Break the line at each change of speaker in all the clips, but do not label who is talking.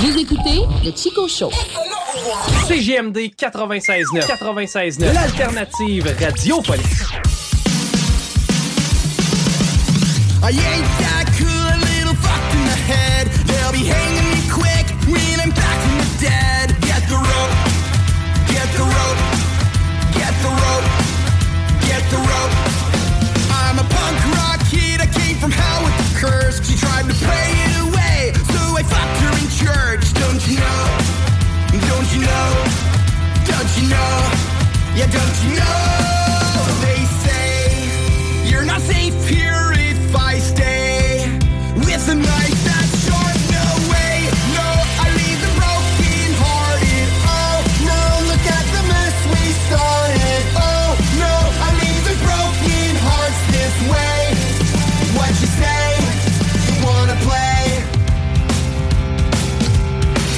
Vous écoutez le Chico Show.
CGMD 96.9 96.9 L'alternative radiophonique.
I ain't that cool, a little fucked in the head. They'll be hanging me quick when I'm back from the dead. Get the rope, get the rope, get the rope, get the rope. I'm a punk rock kid, I came from hell with the curse. She tried to play it away, so I fucked her in church. Don't you know? Don't you know? Don't you know? Yeah, don't you know? They say you're not safe here if I stay with a knife that's sharp. No way, no, I leave the broken hearted. Oh no, look at the mess we started. Oh no, I leave the broken hearts this way. What you say? You wanna play?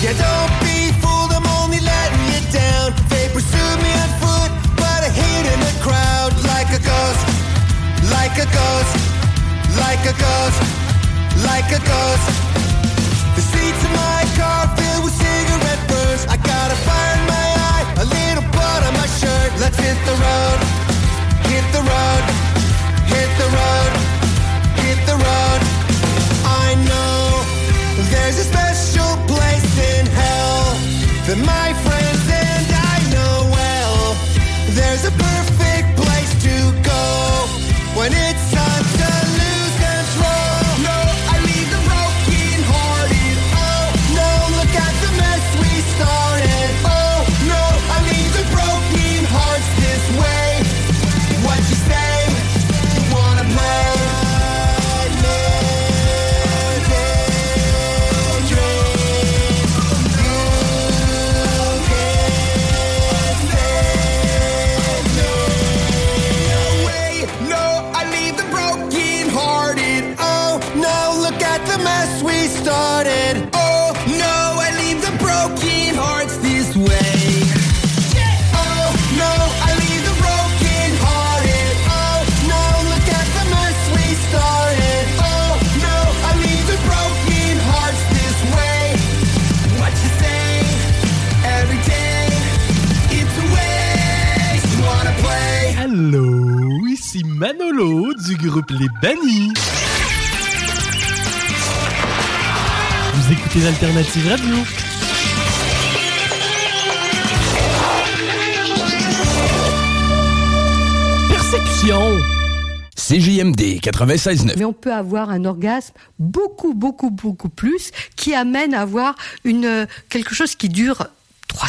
Yeah, don't be fooled, I'm only letting you down. They pursued me on foot, but I hid in the crowd like a ghost, like a ghost, like a ghost, like a ghost. The seats of my car filled with cigarette burns. I got a fire in my eye, a little blood on my shirt. Let's hit the road, hit the road, hit the road, hit the road. I know there's a special place in hell that my friends and I know well. There's a perfect place to go when it's time to lose control. No, I leave the broken hearted. Oh no, look at the mess we started. Oh no, I leave the broken hearts this way. What you say? You wanna play? No, I leave the broken hearted. Oh no, look at the mess we started. Oh no, I leave the broken hearts this way. Oh no, I leave the broken hearted. Oh no, look at the mess we started. Oh no, I leave the broken hearts this way. What you say? Every day, it's a waste. You wanna play?
Allô, ici Manolo du groupe Les Bannis. Vous écoutez l'Alternative Radio.
Perception.
CJMD 96.9.
Mais on peut avoir un orgasme beaucoup, beaucoup, beaucoup plus qui amène à avoir une, euh, quelque chose qui dure trois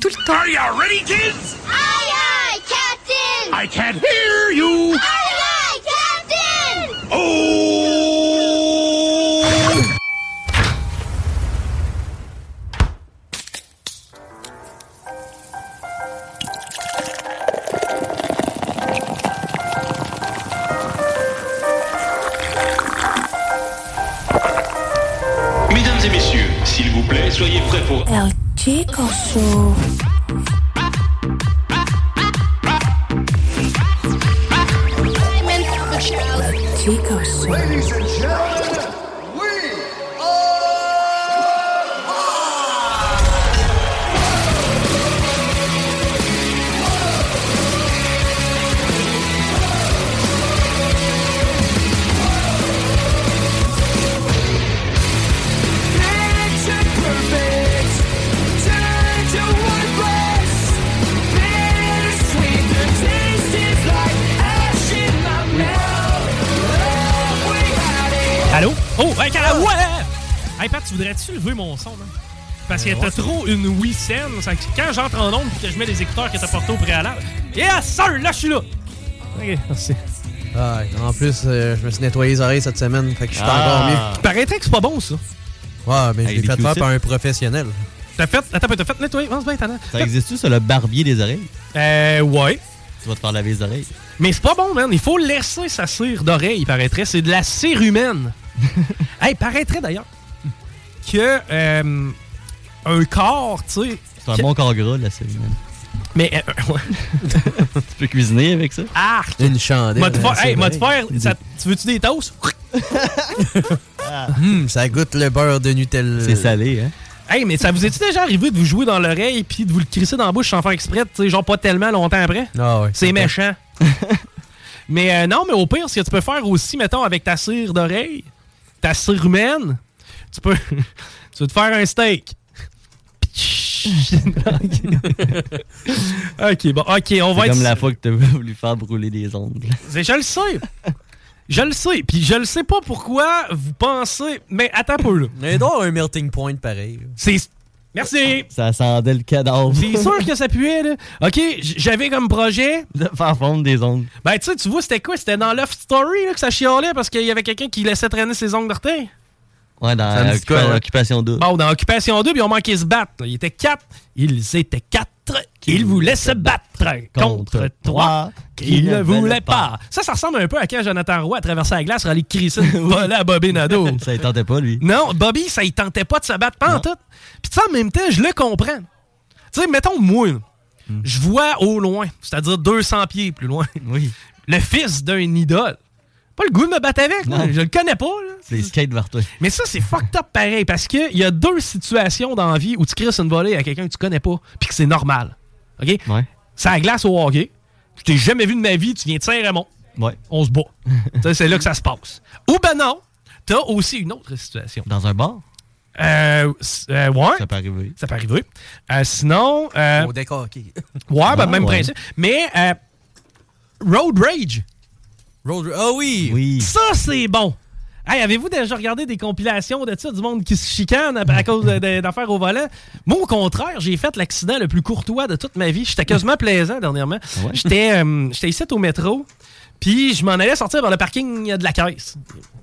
Tout le temps.
Are you ready, kids? Aye, aye, Captain! I can't hear you! Aye, aye, Captain! Oh!
plaît, soyez prêts pour...
El Chico Show. Chico Show. Ladies and gentlemen,
Picture perfect, turned to one bliss. Bittersweet, the taste is like ash in my mouth. Love we had it.
Allô? Oh, hey, Cara- ouais! Hey, Pat, tu voudrais-tu lever mon son, là? Parce que
Euh,
t'as
ouais.
trop une oui saine. Ça- Quand j'entre en onde et que je mets les écouteurs que t'as portés au préalable. Yes, sir! Là, je suis là! Ok, merci.
Ah, en plus, euh, je me suis nettoyé les oreilles cette semaine, fait que je suis
Ah.
encore mieux. Paraîtrait que c'est pas bon, ça. Ouais, mais
Avec des
je l'ai fait faire
Q-tips.
par un professionnel.
T'as fait. Attends, t'as fait nettoyer. Pense bien, t'en as.
Ça existe-tu, ça, le barbier des oreilles?
Euh, ouais.
Tu vas te faire laver les oreilles.
Mais c'est pas bon, man. Il faut laisser sa cire d'oreille, il paraîtrait. C'est de la cire humaine. hey, paraîtrait d'ailleurs que euh, un corps, tu sais.
C'est un
que-
bon corps gras, la série. man.
Mais euh, ouais.
Tu peux cuisiner avec ça?
Ah!
Une chandelle.
M'a te faire- hey, m'a te faire- ça- tu veux-tu des toasts? Ah.
Hum, ça goûte le beurre de Nutella.
C'est
salé, hein?
Hey, mais ça vous est-il déjà arrivé de vous jouer dans l'oreille puis de vous le crisser dans la bouche sans faire exprès, tu sais, genre pas tellement longtemps après?
Ah ouais.
C'est méchant. mais euh, non, mais au pire, ce que tu peux faire aussi, mettons, avec ta cire d'oreille, ta cire humaine, tu peux, tu veux te faire un steak. ok, bon, ok, on va
C'est
être.
comme la fois que t'as voulu faire brûler des ongles.
C'est- Je le sais. Je le sais. Puis je le sais pas pourquoi vous pensez. Mais attends un peu, là.
Mais donc, un melting point pareil.
C'est. Merci!
Ça sentait le cadavre.
C'est sûr que ça puait, là. OK, j- j'avais comme projet...
De faire fondre des ongles.
Ben, tu sais, tu vois, c'était quoi? C'était dans Love Story là, que ça chialait parce qu'il y avait quelqu'un qui laissait traîner ses ongles d'orteil.
Ouais,
Ça
dans
me dit quoi,
l'occupa-
ouais.
l'occupation double.
Bon, dans Occupation 2, puis ils ont manqué se battre. là. Ils étaient quatre. Ils étaient quatre. Ils voulaient se battre contre trois qui ne voulaient pas. Ça, ça ressemble un peu à quand Jonathan Roy a traversé la glace pour aller crisser une volée à Bobby Nadeau.
ça, il tentait pas, lui.
Non, Bobby, ça, il tentait pas de se battre pas en tout. Puis tu sais, en même temps, je le comprends. Tu sais, mettons, moi, là, Mm. je vois au loin, c'est-à-dire 200 pieds plus loin, le fils d'un idole. Pas le goût de me battre avec, là. je le connais pas. là.
C'est skate vers toi.
Mais ça, c'est fucked up pareil, parce qu'il y a deux situations dans la vie où tu crisses une volée à quelqu'un que tu connais pas, puis que c'est normal. OK?
Ouais.
C'est à la glace au hockey. Je t'ai jamais vu de ma vie, tu viens de Saint-Raymond.
Ouais.
On se bat. Tu sais, c'est là que ça se passe. Ou ben non, t'as aussi une autre situation.
Dans un bar?
Euh, s- euh, ouais.
Ça peut arriver.
Ça peut arriver. Euh, sinon. euh,
Au décor, ok.
Ouais, ben,
Ah,
même
ouais.
principe. Mais euh, Road Rage.
Road Rage. Ah oui!
Oui.
Ça, c'est bon. Hey, avez-vous déjà regardé des compilations de ça, du monde qui se chicane à, à cause de- de- d'affaires au volant? Moi, au contraire, j'ai fait l'accident le plus courtois de toute ma vie. J'étais quasiment plaisant dernièrement. J'étais euh, j'étais ici au métro, puis je m'en allais sortir vers le parking de la caisse.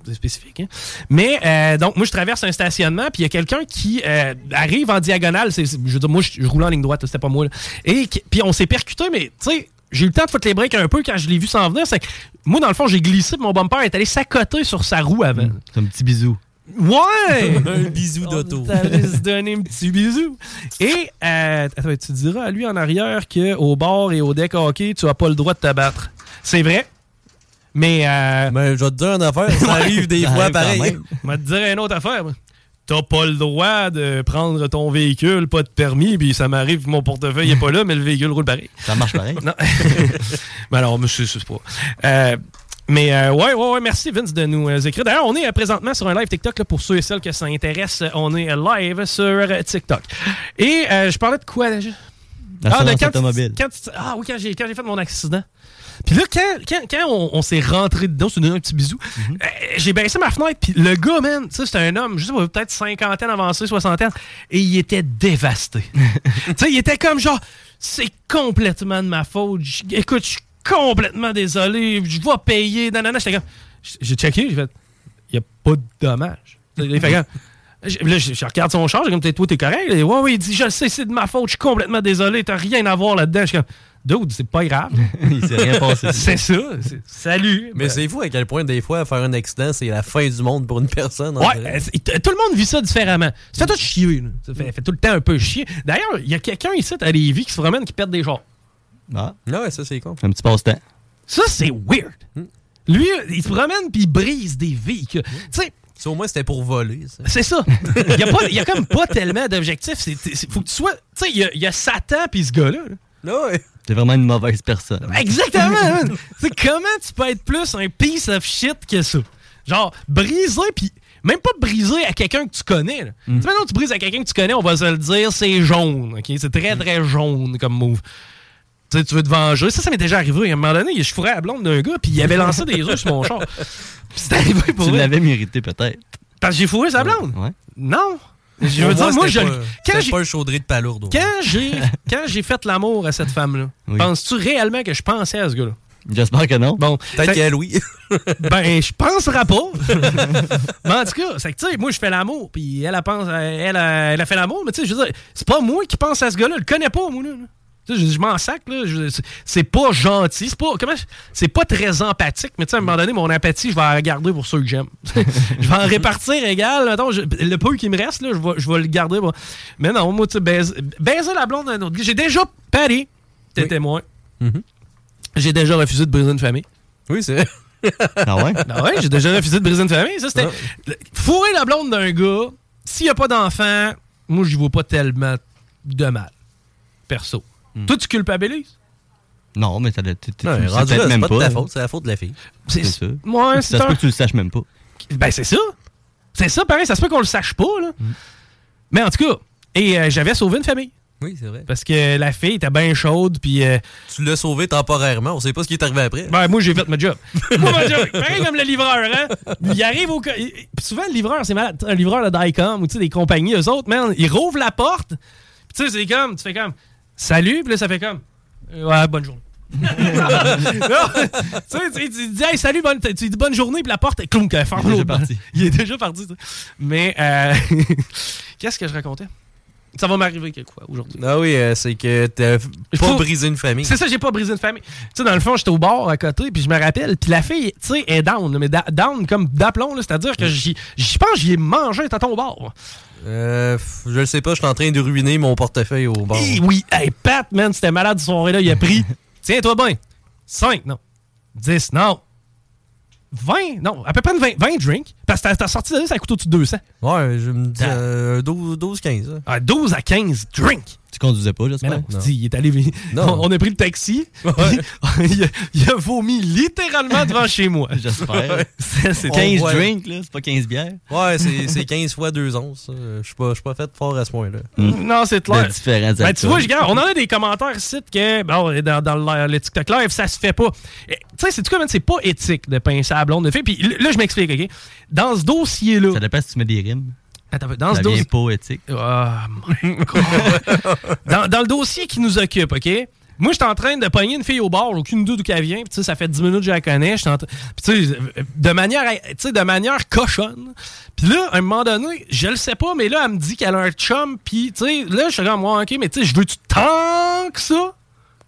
C'est spécifique, hein? Mais, euh, donc, moi, je traverse un stationnement, puis il y a quelqu'un qui euh, arrive en diagonale. C'est- c'est- je veux dire, moi, je, je roulais en ligne droite, c'était pas moi. là. Et qui- puis on s'est percuté, mais, tu sais, j'ai eu le temps de foutre les breaks un peu quand je l'ai vu s'en venir. C'est que moi, dans le fond, j'ai glissé, puis mon bumper est allé s'accoter sur sa roue avant.
C'est un petit bisou.
Ouais!
Hmm. Un bisou d'auto.
On est allé se donner un petit bisou. Et euh, attends, tu diras à lui en arrière qu'au bord et au deck hockey, tu n'as pas le droit de te battre. C'est vrai. Mais. euh,
Mais je vais te dire une affaire, ça arrive des
Ça
fois
arrive quand
pareil.
même. Je vais te dire une autre affaire. moi. T'as pas le droit de prendre ton véhicule, pas de permis, puis ça m'arrive, mon portefeuille est pas là, mais le véhicule roule pareil.
Ça marche pareil.
non. mais alors, monsieur, c'est pas. Euh, mais euh, ouais, ouais, ouais, merci Vince de nous euh, écrire. D'ailleurs, on est euh, présentement sur un live TikTok là, pour ceux et celles que ça intéresse. euh, On est euh, live sur euh, TikTok. Et euh, je parlais de quoi déjà?
L'assurance
Ah, quand tu-
automobile.
quand tu- ah oui, quand j'ai quand j'ai fait mon accident. Puis là, quand, quand, quand on, on s'est rentré dedans, on s'est donné un petit bisou, euh, j'ai baissé ma fenêtre, puis le gars, man, tu sais, c'était un homme, je sais pas, peut-être cinquantaine avancée, soixantaine, et il était dévasté. tu sais, il était comme genre, c'est complètement de ma faute, Je- écoute, je suis complètement désolé, je vais payer, nanana, j'étais comme, j- j'ai checké, j'ai fait, il a pas de dommage. Il fait comme, je- Là, je, je regarde son char, j'ai comme, toi, t'es correct. Il dit, ouais, ouais, il dit, je le sais, c'est de ma faute, je suis complètement désolé, t'as rien à voir là-dedans. Je suis comme, Dude, c'est pas grave.
Il s'est rien passé.
c'est ça. c'est- Salut.
Mais c'est fou à quel point, des fois, faire un accident, c'est la fin du monde pour une personne. en
Ouais,
vrai.
euh, c'est- t- tout le monde vit ça différemment. Ça fait tout chier. là. Ça fait, fait tout le temps un peu chier. D'ailleurs, il y a quelqu'un ici à Lévis qui se promène qui perd des gens.
Ah.
ouais, ça, c'est con.
Un petit passe-temps.
Ça, c'est weird.
Hmm.
Lui, il se promène puis il brise des véhicules. Tu sais.
Hmm. au moins, c'était pour voler.
C'est ça. Il n'y a, pas- il y a comme pas tellement d'objectifs. C'est- c'est- faut que tu sois. Tu sais, il y a- il y, a Satan puis ce gars-là. là.
Ah
T'es vraiment une mauvaise personne.
Exactement. man. C'est comment tu peux être plus un piece of shit que ça? Genre, briser, puis même pas briser à quelqu'un que tu connais. là.
Hmm.
Tu sais, maintenant, tu brises à quelqu'un que tu connais, on va se le dire, c'est jaune. ok? C'est très,
Hmm.
très jaune comme move. Tu sais, tu veux te venger. Ça, ça m'est déjà arrivé. À un moment donné, je fourrais à la blonde d'un gars, puis il avait lancé des œufs sur mon char. C'est arrivé pour
Tu
vrai.
l'avais mérité peut-être.
Parce que j'ai fourré sa blonde.
Ouais.
Non. Je
Au
veux dire,
moins,
moi, je.
c'était
le-
pas-
Quand
c'était
j'ai
pas un chaudré de palourde. au
quand j'ai quand j'ai fait l'amour à cette femme là,
Oui.
penses-tu réellement que je pensais à ce gars là
J'espère que non.
Bon,
Peut-être qu'elle, oui.
ben, je penserai pas. mais en tout cas, c'est que, tu sais, moi, je fais l'amour, puis elle, elle pense, à- elle, a- elle a fait l'amour, mais tu sais, je veux dire, c'est pas moi qui pense à ce gars-là, je le connais pas, moi, là. Tu sais, je, je m'en sac, là. Je- c'est- c'est pas gentil, c'est pas, comment, je- c'est pas très empathique, mais tu sais, à un moment donné, mon empathie, je vais la garder pour ceux que j'aime. je vais en répartir égal, mettons, je- le peu qui me reste, là, je vais, je vais le garder, moi. Mais non, moi, tu sais, baiser, baiser la blonde d'un autre gars. J'ai déjà pari, t'es témoin. J'ai déjà refusé de briser une famille.
Mhm. Oui, c'est
Ah ouais?
Ah ouais, j'ai déjà refusé de briser une famille. Ça, c'était.
Ah.
le- Fourrer la blonde d'un gars, s'il n'y a pas d'enfant, moi, j'y vois pas tellement de mal. Perso.
Hmm.
Toi, tu culpabilises?
Non, mais t'as le- t'es- t'es- tu
Ouais,
le sais
rendu là,
peut-être
c'est
même
pas
pas.
de ta faute, c'est la faute de la fille.
C'est
ça.
Ouais, c'est
ça se
un-
peut que tu le saches même pas.
Ben, c'est ça. C'est ça, pareil. Ça se peut qu'on le sache pas, là.
Hmm.
Mais en tout cas, et euh, j'avais sauvé une famille.
Oui, c'est vrai.
Parce que la fille était bien chaude, puis. euh,
Tu l'as sauvé temporairement, on sait pas ce qui est arrivé après.
Ben, moi, j'ai fait ma job. Moi, ma job. Pareil comme le livreur, hein? Il arrive au. co- il- il- Puis souvent, le livreur, c'est malade. Un livreur de DICOM ou tu sais, des compagnies, eux autres, man, ils rouvrent la porte. Puis tu sais, c'est comme, tu fais comme, salut, puis là, ça fait comme, Euh, ouais, bonne journée. Non, tu sais, tu- tu dis, hey, salut, bonne, tu dis bonne journée, puis la porte, cloum, qu'elle ferme
Il est déjà
l'autre.
parti.
Il est déjà parti, tu sais. Mais, euh, qu'est-ce que je racontais? Ça va m'arriver quelque quoi aujourd'hui.
Ah oui, euh, c'est que t'as f- pas
Faut-
brisé une famille.
C'est ça, j'ai pas brisé une famille. Tu sais, dans le fond, j'étais au bar à côté, puis je me rappelle, puis la fille, tu sais, est down, là, mais da- down comme d'aplomb, là, c'est-à-dire
Mm.
que j'y j'y pense, j'y ai mangé un tonton au bar.
Euh, f- je le sais pas, je suis en train de ruiner mon portefeuille au bar.
Eh oui, hey, Pat, man, c'était malade cette soirée-là, il a pris. Tiens-toi bien. 5, non. 10, non. 20, non, à peu près une 20, 20 drinks. Parce que t'as- t'as sorti de là, ça coûte au-dessus de 200.
Ouais, je me dis euh, 12, 12, 15. hein.
Ah, 12 à 15 drinks.
Tu conduisais pas, j'espère.
Mais non,
Non.
dis, il est allé.
Non.
On, on a pris le taxi. puis il, a, il a vomi littéralement devant chez moi.
J'espère.
C'est- c'est-
15
On voit-
drinks, là, c'est pas 15 bières.
Ouais, c'est c'est 15 fois 2 onces. ça. Je suis pas, je suis pas fait fort à ce point-là.
Non, c'est clair.
Hmm. Mm. De différents
Ben, tu
alcools.
vois, je regarde, on en a des commentaires ici que bon, dans, dans le, le TikTok live, ça se fait pas. Et, Tu sais, c'est quoi, man, c'est pas éthique de pincer à la blonde de fille. Puis l- là, je m'explique, OK? Dans ce dossier-là.
Ça dépend si tu mets des rimes.
Attends, un peu, dans
ça
ce
devient
dossier.
pas éthique.
Oh my God. dans, dans le dossier qui nous occupe, OK? Moi, j'étais en train de pogner une fille au bar, aucune doute d'où qu'elle vient. Puis, tu sais, ça fait 10 minutes que je la connais. J'étais en train- Puis, tu sais, de manière, eh, tu sais, de manière cochonne. Puis là, à un moment donné, je le sais pas, mais là, elle me dit qu'elle a un chum. Puis, tu sais, là, je suis comme, moi, OK, mais tu sais, je veux-tu tant que ça?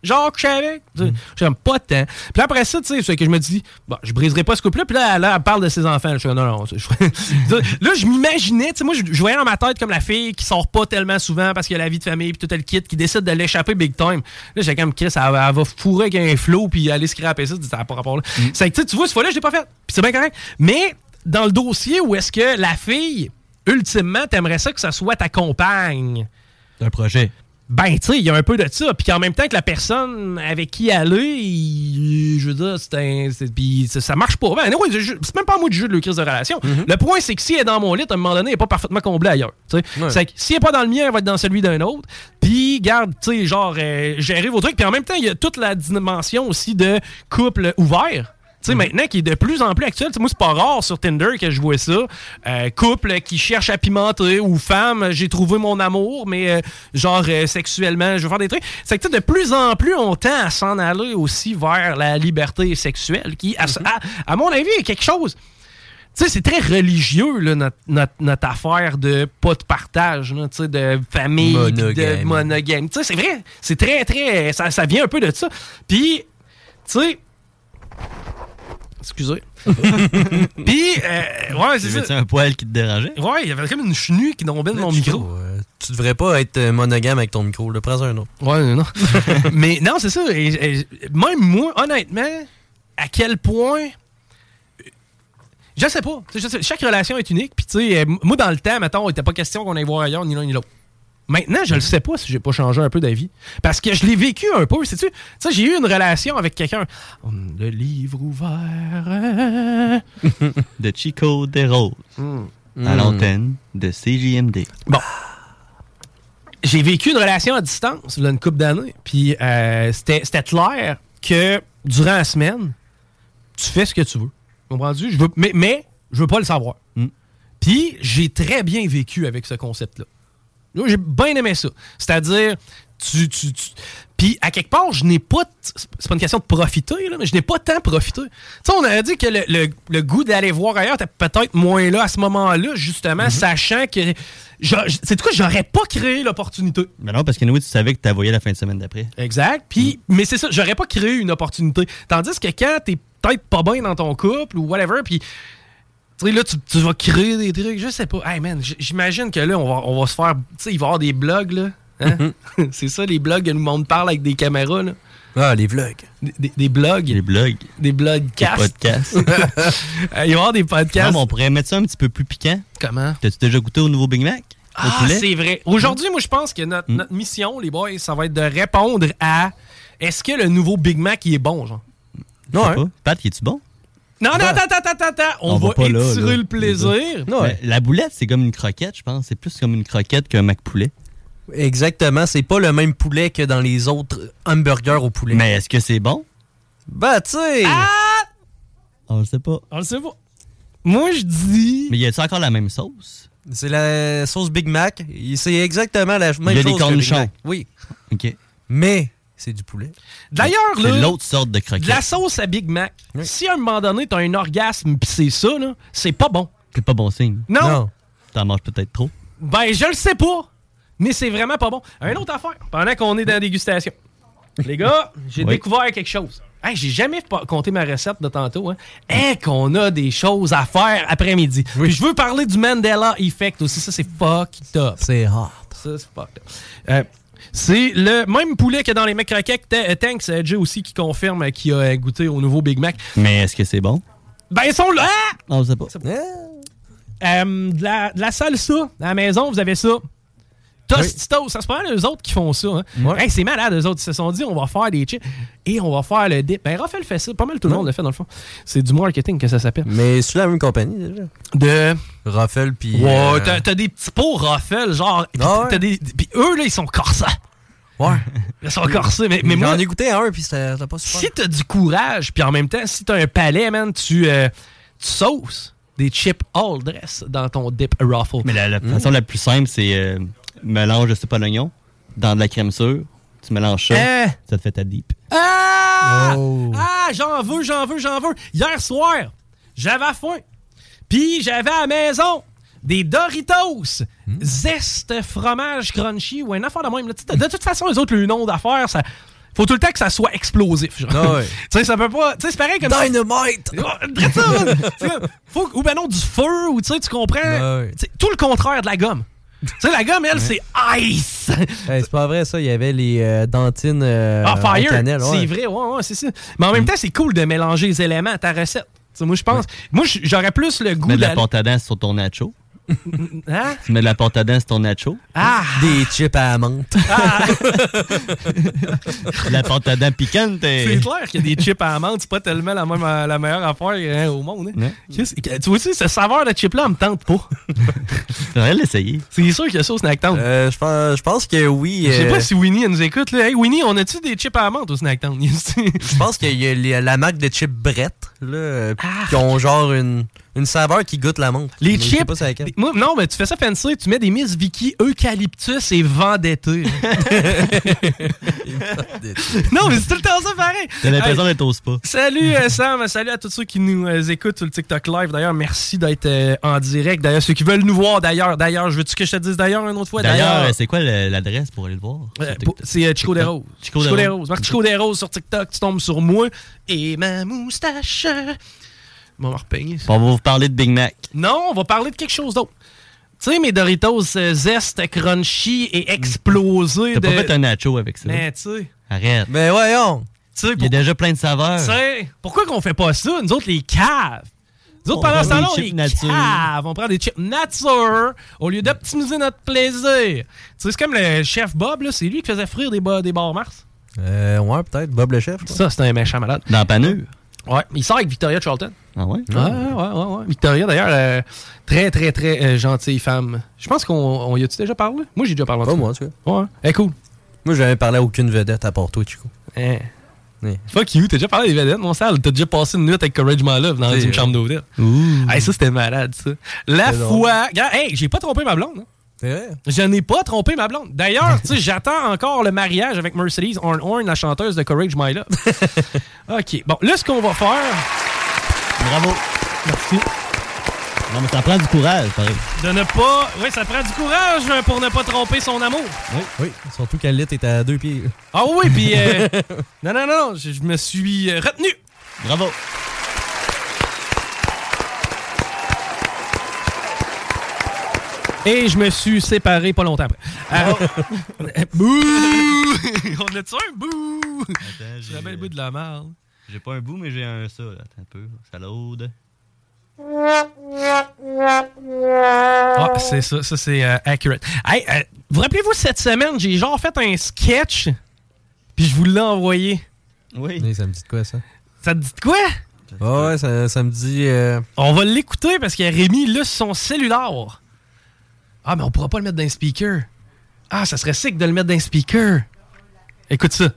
Genre, coucher avec? Tu sais, J'aime pas tant. Puis là, après ça, tu sais, c'est que je me dis, bon, je briserai pas ce couple-là. Puis là, elle, elle parle de ses enfants. Je suis comme, non, non. ça, je- là, je m'imaginais, tu sais, moi, je, je voyais dans ma tête comme la fille qui sort pas tellement souvent parce qu'elle a la vie de famille, puis tout le kit, qui décide de l'échapper big time. Là, j'ai comme, Chris, elle, elle va fourrer avec un flow, puis aller scraper ça. Je dis, Ça n'a pas rapport là. C'est que, tu sais, tu vois, cette fois-là, je l'ai pas fait. Puis c'est bien correct. Mais dans le dossier où est-ce que la fille, ultimement, t'aimerais ça que ça soit ta compagne?
C'est un projet.
Ben, tu sais, il y a un peu de ça. Puis en même temps que la personne avec qui elle est, il- je veux dire, c'est un. c'est- Puis ça, ça marche pas. Ben, anyway, je- je- c'est même pas à moi de juger de la crise de relation. Le point, c'est que si elle est dans mon lit, à un moment donné, elle est pas parfaitement comblée ailleurs. tu sais.
Ouais.
C'est que si elle est pas dans le mien, elle va être dans celui d'un autre. Puis, garde, tu sais, genre, euh, gérer vos trucs. Puis en même temps, il y a toute la dimension aussi de couple ouvert. Tu sais, maintenant, qui est de plus en plus actuel. Tu sais, Moi, c'est pas rare sur Tinder que je vois ça. Euh, couple qui cherche à pimenter ou femme, j'ai trouvé mon amour, mais euh, genre euh, sexuellement, je veux faire des trucs. C'est que tu sais, de plus en plus, on tend à s'en aller aussi vers la liberté sexuelle, qui, à, à- à mon avis, est quelque chose Tu sais, c'est très religieux, là, notre, notre- notre affaire de pas de partage, là, tu sais, de famille, puis de
Monogamie.
monogame. Tu sais, c'est vrai, c'est très, très. Ça, ça vient un peu de ça. Puis, tu sais. Excusez. Puis, euh, ouais, c'est
T'avais-tu
ça.
un poil qui te dérangeait?
Ouais, il y avait comme une chenue qui tombait de mon micro.
Tu devrais pas être euh, monogame avec ton micro. Le prends un autre.
Ouais, non. Mais non, c'est ça. Et- et- même moi, honnêtement, à quel point. Je sais pas. Tu sais, je sais- chaque relation est unique. Puis, tu sais, euh, moi, dans le temps, mettons, il n'était pas question qu'on aille voir ailleurs, ni l'un ni l'autre. Maintenant, je le sais pas si j'ai pas changé un peu d'avis. Parce que je l'ai vécu un peu, sais-tu? Tu sais, j'ai eu une relation avec quelqu'un. Hum, Le livre ouvert.
de Chico des Roses à
Mm.
l'antenne de CJMD.
Bon. j'ai vécu une relation à distance, là, une couple d'années. Puis euh, c'était c'était clair que durant la semaine, tu fais ce que tu veux. Comprends-tu? Je veux, mais, mais je veux pas le savoir. Puis j'ai très bien vécu avec ce concept-là. Moi, j'ai bien aimé ça. C'est-à-dire, tu. tu, tu- Puis à quelque part, je n'ai pas. t- C'est pas une question de profiter, là, mais je n'ai pas tant profité. Tu sais, on avait dit que le, le- le goût d'aller voir ailleurs était peut-être moins là à ce moment-là, justement, sachant que. j'a- C'est tout cas, j'aurais pas créé l'opportunité.
Ben non, parce que nous, tu savais que tu voyé la fin de semaine d'après.
Exact. Puis, mais c'est ça, j'aurais pas créé une opportunité. Tandis que quand t'es peut-être pas bien dans ton couple ou whatever, puis tu sais, là, tu, tu vas créer des trucs, je sais pas. Hey man, j- j'imagine que là, on va, on va se faire. Tu sais, il va y avoir des blogs, là. hein? c'est ça, les blogs que le monde parle avec des caméras, là.
Ah, les vlogs.
Des, des- des blogs. Des
blogs.
Des blogcasts.
podcasts.
il va y avoir des podcasts.
Non, mais on pourrait mettre ça un petit peu plus piquant.
Comment?
T'as-tu déjà goûté au nouveau Big Mac? Au
Ah,
poulet?
c'est vrai. Aujourd'hui, moi, je pense que notre,
Mm.
notre mission, les boys, ça va être de répondre à est-ce que le nouveau Big Mac, il est bon, genre?
Non, hein? Pat, es-tu bon?
Non, non,
Bah.
attends, attends, attends, attends. On, va,
pas là,
étirer
là.
le plaisir.
Ben, La boulette, c'est comme une croquette, je pense. C'est plus comme une croquette qu'un Mac poulet.
Exactement. C'est pas le même poulet que dans les autres hamburgers au poulet.
Mais est-ce que c'est bon?
Bah, tu sais.
Ah!
On le sait pas.
On le sait pas. Moi, je dis.
Mais y a-tu encore la même sauce?
C'est la sauce Big Mac. Il- C'est exactement la même
Il y a
chose.
des
que
cornichons.
Big Mac. Oui.
OK.
Mais c'est du poulet.
D'ailleurs, là.
C'est l'autre sorte de croquette.
De la sauce à Big Mac. Si à un moment donné, t'as un orgasme pis c'est ça, là, c'est pas bon.
C'est pas bon signe.
Non. Non.
T'en manges peut-être trop.
Ben, je le sais pas. Mais c'est vraiment pas bon. Un autre affaire, pendant qu'on est dans la dégustation. Les gars, j'ai
Oui.
découvert quelque chose. Hey, j'ai jamais pas- compté ma recette de tantôt. Hein. Hey, qu'on a des choses à faire après-midi. Puis je veux parler du Mandela Effect aussi. Ça, c'est fuck top.
C'est hot.
Ça, c'est fuck top. Euh, c'est le même poulet que dans les McCrackets. Thanks, euh, Jay aussi, qui confirme euh, qu'il a euh, goûté au nouveau Big Mac.
Mais est-ce que c'est bon?
Ben, ils sont là!
Ah,
On le sait pas.
Euh, de, la, de la salsa, à la maison, vous avez ça. Tostitos, ça se prend eux autres qui font ça. hein. Hey, c'est malade, eux autres. Ils se sont dit, on va faire des chips et on va faire le dip. Ben, Raphaël fait ça. Pas mal tout le monde le fait, dans le fond. C'est du marketing que ça s'appelle.
Mais c'est la même compagnie déjà.
De.
Raffle Euh, puis.
Ouais,
euh, Ah
t'as, t'as des petits pots Raphaël, genre. pis t'as des- pis eux, là, ils sont corsés.
Ouais.
Ils sont corsés. Mais, mais moi,
J'en ai goûté un puis c'était c'était pas super.
si t'as du courage, puis en même temps, si t'as un palais, man, tu, euh, tu sauces des chips all dress dans ton dip Ruffle.
Mais la, la
Mmh.
façon la plus simple, c'est euh, mélange de soupe à l'oignon dans de la crème sûre. Tu mélanges ça.
Hein?
Ça te fait ta deep.
Ah!
Oh.
Ah, j'en veux, j'en veux, j'en veux. Hier soir, j'avais faim. Puis j'avais à la maison des Doritos,
Hmm.
zeste fromage crunchy ou un affaire de même. là. Tu sais, De, de toute façon, les autres, le nom d'affaires, ça. Faut tout le temps que ça soit explosif. genre.
Ah ouais.
tu sais, ça peut pas. Tu sais, c'est pareil comme.
Dynamite!
Ouais, ça, man. C'est comme, faut, ou ben non, du feu, ou tu sais, tu comprends.
Ah
Tu sais, Tout le contraire de la gomme. tu sais, la gomme, elle, c'est ice.
Hey, c'est pas vrai ça, il y avait les euh, dentines euh,
Ah,
en
fire!
cannelle, ouais.
C'est vrai, ouais, ouais, c'est ça. Mais en même temps, c'est cool de mélanger les éléments à ta recette. Tu sais, moi, je pense. Moi, j- j'aurais plus le
Tu
goût
mets de la
d'aller-
pâte à dents sur ton nacho.
Hein?
Tu mets de la pâte à dents sur ton nacho.
Ah!
Ah!
Des chips à la menthe.
la pâte à dents piquante. eh.
C'est clair qu'il y a des chips à amande, c'est pas tellement la, même, la meilleure affaire hein, au monde. hein. Qu'est-ce- que- Tu vois, tu sais, ce saveur de chip-là, elle me tente pas.
Faudrait l'essayer.
C'est sûr qu'il y a ça au snack town.
Euh, je pense, je pense que oui.
Je sais
euh,
pas si Winnie elle nous écoute. Là. Hey, Winnie, on a-tu des chips à amande au snack town?
Je pense qu'il y a les- la marque de chips Brett, là, euh, qui ont genre une une saveur qui goûte la menthe.
Ah. Les
Mais je sais
chips.
pas c'est laquelle.
des- moi, non, mais tu fais ça fancy, tu mets des Miss Vicky, Eucalyptus et Vendetté. non, mais c'est tout le temps ça pareil.
T'as l'impression
Hey,
d'être au spa.
Salut euh, Sam, salut à tous ceux qui nous euh, écoutent sur le TikTok live. D'ailleurs, merci d'être euh, en direct. D'ailleurs, ceux qui veulent nous voir, d'ailleurs, d'ailleurs, je veux-tu que je te dise d'ailleurs une autre fois?
D'ailleurs, euh, c'est quoi le- l'adresse pour aller le voir?
Euh, pour- c'est euh, Chico des Roses.
Chico
Chico
des
des
Roses.
Roses. Marc Chico des Roses sur TikTok, tu tombes sur moi et ma moustache. Bon, on va repeigner ça.
On va vous parler de Big Mac.
Non, on va parler de quelque chose d'autre. Tu sais, mes Doritos euh, zest, crunchy et explosés.
T'as
de...
pas fait un hein? nacho avec ça?
Mais tu sais,
Arrête.
Mais Ben voyons!
Il y a déjà plein de saveurs.
tu sais, pourquoi qu'on fait pas ça? Nous autres, les caves. Nous autres,
On
pendant ce
prend des
temps-là, on
chips
est
nature.
caves. On prend des chips nature au lieu d'optimiser notre plaisir. Tu sais, c'est comme le chef Bob, là, c'est lui qui faisait frire des, bo- des barres Mars.
Euh, ouais, peut-être. Bob le chef.
Ça, c'est un méchant malade.
Dans la panure.
Ouais, il sort avec Victoria Charlton.
Ah ouais?
Ouais, ouais, ouais, ouais. Victoria, d'ailleurs, euh, très, très, très euh, gentille femme. Je pense qu'on on y a-tu déjà parlé? Moi, j'ai déjà parlé. en
Pas
tout cas.
moi, tu
vois. Ouais. Eh, cool.
Moi, j'avais parlé à aucune vedette à part toi, Chico.
Eh. Fuck you, t'as déjà parlé des vedettes, mon sale. T'as déjà passé une nuit avec Courage My Love dans
C'est
une
vrai.
chambre d'hôtel.
Ouh.
Hey, ça, c'était malade, ça. La
C'est
fois. Regarde, hey, j'ai pas trompé ma blonde. hein. Je n'ai pas trompé ma blonde. D'ailleurs, tu sais, j'attends encore le mariage avec Mercedes Horn Horn, la chanteuse de Courage My Love. OK. Bon, là, ce qu'on va faire.
Bravo.
Merci.
Non, mais ça prend du courage, pareil.
De ne pas. Oui, ça prend du courage hein, pour ne pas tromper son amour.
Oui, oui. Surtout qu'elle est à deux pieds.
Ah oui, puis. euh, non, non, non, non, je, je me suis euh, retenu.
Bravo.
Et je me suis séparé pas longtemps après. Alors- bouh! On a-tu un bouh?
J'ai
bien le bout de la merde.
J'ai pas un bout, mais j'ai un ça. Attends un peu. Salaude.
Ah, c'est ça, ça c'est euh, accurate. Hey, euh, vous rappelez-vous cette semaine, j'ai genre fait un sketch, puis je vous l'ai envoyé.
Oui.
ça me dit de quoi, ça?
Ça te dit de quoi?
Ah ouais, ça, ça me dit. euh,
On va l'écouter parce que Rémi, là, son cellulaire. Ah, mais on pourra pas le mettre dans un speaker. Ah, ça serait sick de le mettre dans un speaker. Écoute ça.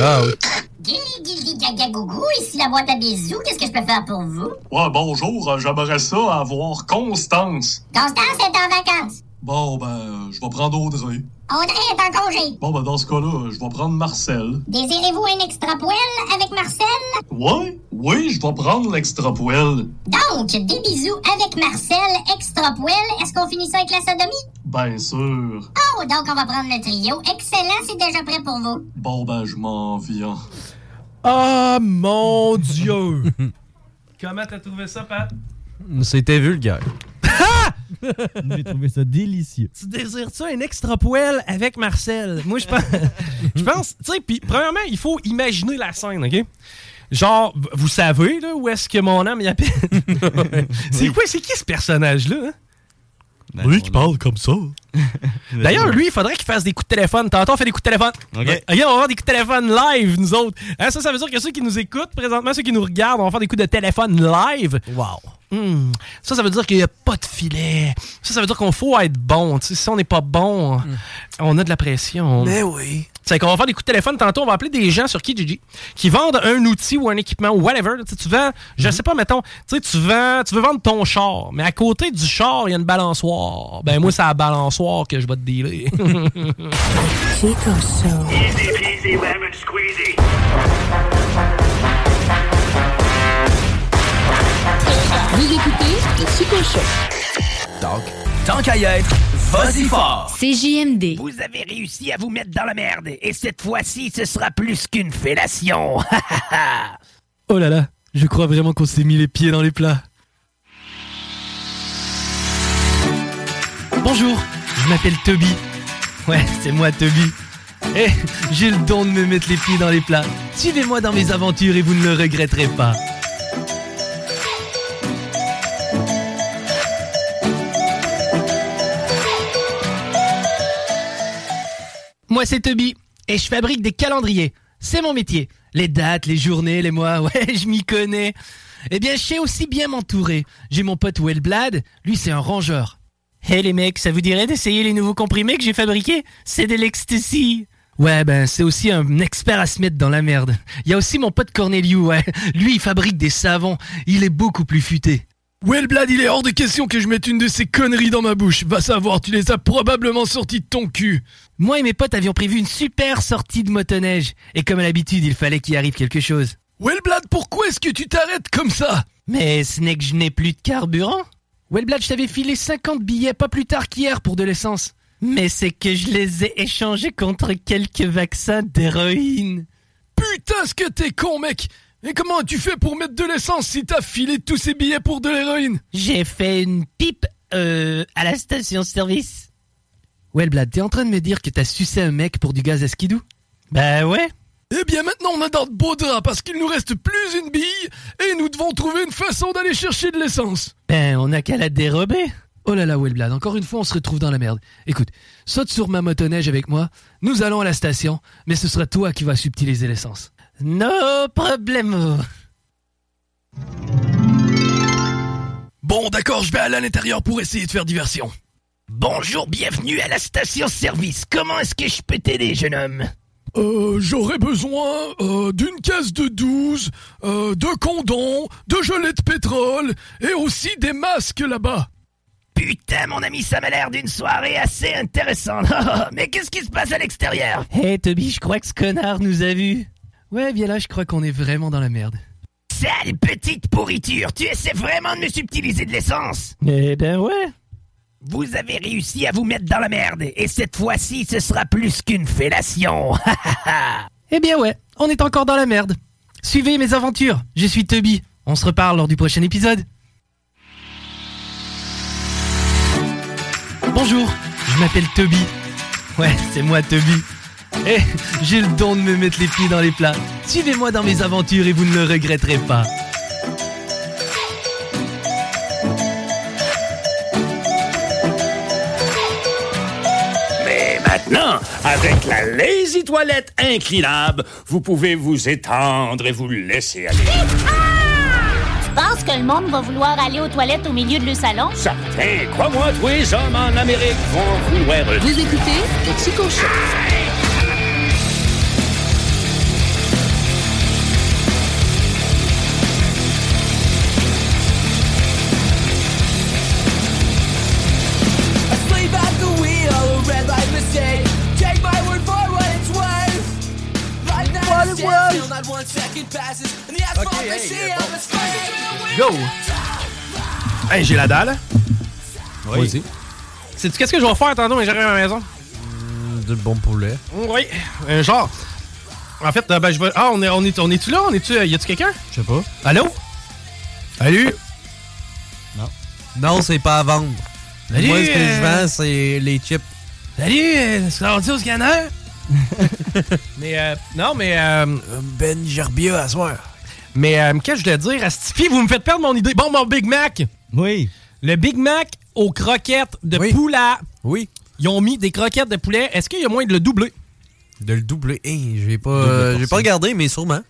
Ah oui.
Guili, guili, gaga, gougou, ici la boîte à bisous, qu'est-ce que je peux faire pour vous?
Ouais, bonjour, euh, j'aimerais ça avoir Constance.
Constance est en vacances.
Bon, ben, euh, je vais prendre Audrey.
Audrey est en congé.
Bon, ben, dans ce cas-là, euh, je vais prendre Marcel.
Désirez-vous un extra poêle avec Marcel?
Ouais, oui, je vais prendre l'extra poêle.
Donc, des bisous avec Marcel, extra poêle. Est-ce qu'on finit ça avec la sodomie?
Bien sûr.
Oh, donc on va prendre le trio. Excellent, c'est déjà prêt pour vous.
Bon, ben, je m'en viens.
Ah, mon Dieu! Comment t'as trouvé ça, Pat?
C'était vulgaire.
J'ai trouvé ça délicieux.
Tu désires-tu un extra poêle avec Marcel? Moi, je pense. je pense. Tu sais, puis, premièrement, il faut imaginer la scène, OK? Genre, v- vous savez, là, où est-ce que mon âme y appelle? c'est quoi, c'est qui ce personnage-là? hein?
Lui qui
parle comme ça. D'ailleurs, lui, il faudrait qu'il fasse des coups de téléphone. Tantôt, on fait des coups de téléphone.
OK.
on va avoir des coups de téléphone live, nous autres. Hein, ça, ça veut dire que ceux qui nous écoutent présentement, ceux qui nous regardent, on va faire des coups de téléphone live. Hmm.
Wow.
Ça, ça veut dire qu'il n'y a pas de filet. Ça, ça veut dire qu'on faut être bon. Tu sais, si on n'est pas bon, on a de la pression.
Mais oui.
C'est qu'on va faire des coups de téléphone tantôt. On va appeler des gens sur Kijiji qui vendent un outil ou un équipement ou whatever. Tu sais, tu vends, je sais pas, mettons, tu sais, tu vends, tu veux vendre ton char, mais à côté du char, il y a une balançoire. Ben, moi, c'est la balançoire que je vais te dealer.
Chico Show. Easy peasy lemon squeezy.
Vous écoutez le Chico Show.
Donc, tant qu'à y être, vas-y fort.
CJMD.
Vous avez réussi à vous mettre dans la merde. Et cette fois-ci, ce sera plus qu'une fellation.
oh là là, je crois vraiment qu'on s'est mis les pieds dans les plats. Bonjour, je m'appelle Toby. Ouais, c'est moi Toby. Eh, j'ai le don de me mettre les pieds dans les plats. Suivez-moi dans mes aventures et vous ne le regretterez pas. Moi, c'est Toby et je fabrique des calendriers. C'est mon métier. Les dates, les journées, les mois, ouais, je m'y connais. Eh bien, je sais aussi bien m'entourer. J'ai mon pote Wellblad, lui, c'est un rangeur. Hé les mecs, ça vous dirait d'essayer les nouveaux comprimés que j'ai fabriqués C'est de l'ecstasy. Ouais, ben c'est aussi un expert à se mettre dans la merde. Il y a aussi mon pote Corneliu, ouais. Lui, il fabrique des savons. Il est beaucoup plus futé.
Well, Blad, il est hors de question que je mette une de ces conneries dans ma bouche. Va savoir, tu les as probablement sorties de ton cul.
Moi et mes potes avions prévu une super sortie de motoneige. Et comme à l'habitude, il fallait qu'il arrive quelque chose.
Well, Blad, pourquoi est-ce que tu t'arrêtes comme ça
Mais ce n'est que je n'ai plus de carburant. Wellblad, je t'avais filé 50 billets pas plus tard qu'hier pour de l'essence. Mais c'est que je les ai échangés contre quelques vaccins d'héroïne.
Putain, ce que t'es con, mec Et comment tu fais pour mettre de l'essence si t'as filé tous ces billets pour de l'héroïne
J'ai fait une pipe, euh, à la station-service. Wellblad, t'es en train de me dire que t'as sucé un mec pour du gaz à skidou Bah ouais.
Eh bien maintenant on a dans de beaux draps parce qu'il nous reste plus une bille et nous devons trouver une façon d'aller chercher de l'essence.
Ben on n'a qu'à la dérober. Oh là là Wellblad, encore une fois on se retrouve dans la merde. Écoute, saute sur ma motoneige avec moi, nous allons à la station, mais ce sera toi qui vas subtiliser l'essence. No problemo.
Bon d'accord, je vais aller à l'intérieur pour essayer de faire diversion.
Bonjour, bienvenue à la station-service. Comment est-ce que je peux t'aider, jeune homme
Euh, j'aurais besoin euh, d'une caisse de 12, euh, de condoms, de gelée de pétrole et aussi des masques là-bas.
Putain, mon ami, ça m'a l'air d'une soirée assez intéressante. Oh, Mais qu'est-ce qui se passe à l'extérieur
Hé, Eh, hey, Toby, je crois que ce connard nous a vus. Ouais, bien là, je crois qu'on est vraiment dans la merde.
Sale petite pourriture, tu essaies vraiment de me subtiliser de l'essence
Eh ben ouais
vous avez réussi à vous mettre dans la merde, et cette fois-ci, ce sera plus qu'une fellation.
eh bien ouais, on est encore dans la merde. Suivez mes aventures, je suis Toby. On se reparle lors du prochain épisode. Bonjour, je m'appelle Toby. Ouais, c'est moi Toby. Eh, j'ai le don de me mettre les pieds dans les plats. Suivez-moi dans mes aventures et vous ne le regretterez pas.
maintenant, avec la Lazy Toilette inclinable, vous pouvez vous étendre et vous laisser aller.
Tu penses que le monde va vouloir aller aux toilettes au milieu de le salon?
Certains, crois-moi, tous les hommes en Amérique vont vouloir...
Vous écoutez le Chico Show.
Asleep at the wheel, a red light mistake. Take my word for what it's worth. Life never
What it
stands
was.
still, not one second passes. And the asphalt
Okay,
okay,
hey,
machine
yeah,
of its fate.
Go!
Hey, j'ai la dalle.
Vas-y. Sais-tu qu'est-ce que je vais faire tantôt quand j'arrive à la maison?
De Mm, bon poulet.
Oui, un genre. En fait, euh, ben, je vais. Ah, on est, on est, on est-tu là? On est-tu, euh, y a-tu quelqu'un?
Je sais pas.
Allô? Salut?
Non. Non, c'est pas à vendre.
Salut,
Moi, ce que
euh,
je vends, c'est les chips.
Salut, euh, est-ce qu'on dit au scanner? mais, euh, non, mais. ben Gerbieux à soir. Mais, euh, qu'est-ce que je voulais dire? Astifi, vous me faites perdre mon idée. Bon, mon Big Mac. Oui. Le Big Mac aux croquettes de poulet. Oui. Ils ont mis des croquettes de poulet. Est-ce qu'il y a moyen de le doubler?
De le doubler. Hein, j'ai pas,
Double
euh, j'ai
portion.
pas regardé, mais sûrement.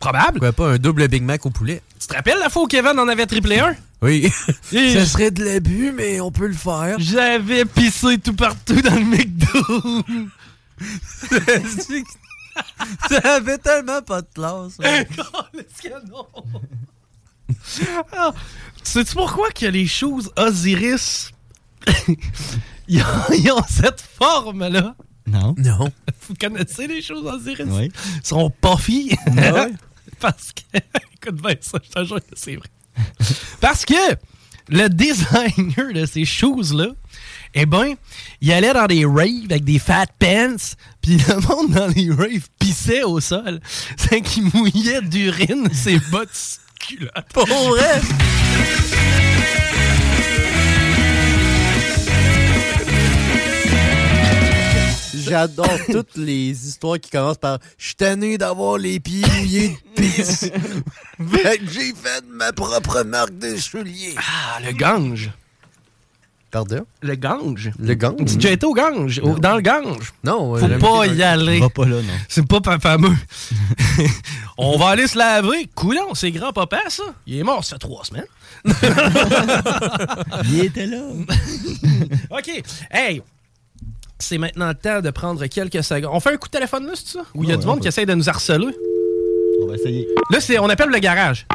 Probable.
Pourquoi pas un double Big Mac au poulet?
Tu te rappelles la fois où Kevin en avait triplé un?
Oui.
Ça
serait de l'abus, mais on peut le faire.
J'avais pissé tout partout dans le McDo.
Ça avait tellement pas de classe. ouais.
Ah, Sais-tu pourquoi que les choses Osiris, ils, ont, ils ont cette forme-là?
Non.
Non.
Vous connaissez les choses Ben Osiris?
Oui.
Ils sont pas filles.
Ouais.
Parce que... Écoute bien ça, je te jure que c'est vrai. Parce que le designer de ces choses-là, eh ben, il allait dans des raves avec des fat pants, puis le monde dans les raves pissait au sol. C'est qu'il mouillait d'urine ses bottes culottes. Pour vrai!
J'adore toutes les histoires qui commencent par Je suis tanné d'avoir les pieds mouillés de pisse. Fait que j'ai fait ma propre marque de souliers.
Ah, le gange.
Pardon?
Le gange.
Le gange?
Tu as déjà été au gange, au- dans le gange.
Non,
Faut
jamais
pas
été
y
dans-
aller.
Va pas là, non.
C'est pas pa- fameux. On va aller se laver. Coulon, c'est grand-papa, ça. Il est mort, ça fait trois semaines. Il était là. OK. Hey, c'est maintenant le temps de prendre quelques secondes. On fait un coup de téléphone là, c'est ça? Ou il y a
Ouais,
du
on
monde
peut.
qui essaye de nous harceler?
On va essayer.
Là, c'est, on appelle le garage.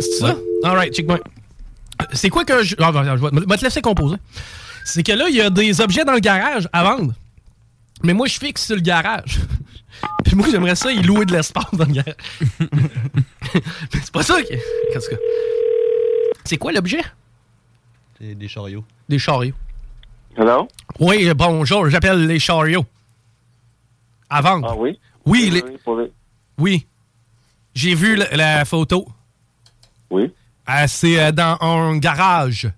C'est ça? All right, check-moi. C'est quoi que je... Ah, ben, je vais- je vais te laisser composer. C'est que là, il y a des objets dans le garage à vendre. Mais moi, je fixe sur le garage. Puis moi, j'aimerais ça, il louer de l'espace dans le garage. Mais c'est pas ça que... En tout cas. C'est quoi l'objet?
Des, des chariots.
Des chariots.
Hello?
Oui, bonjour, j'appelle les chariots. À vendre.
Ah oui?
Oui, les-
Pour les-
Oui. J'ai vu la, la photo.
Oui.
Ah, c'est euh, dans un garage.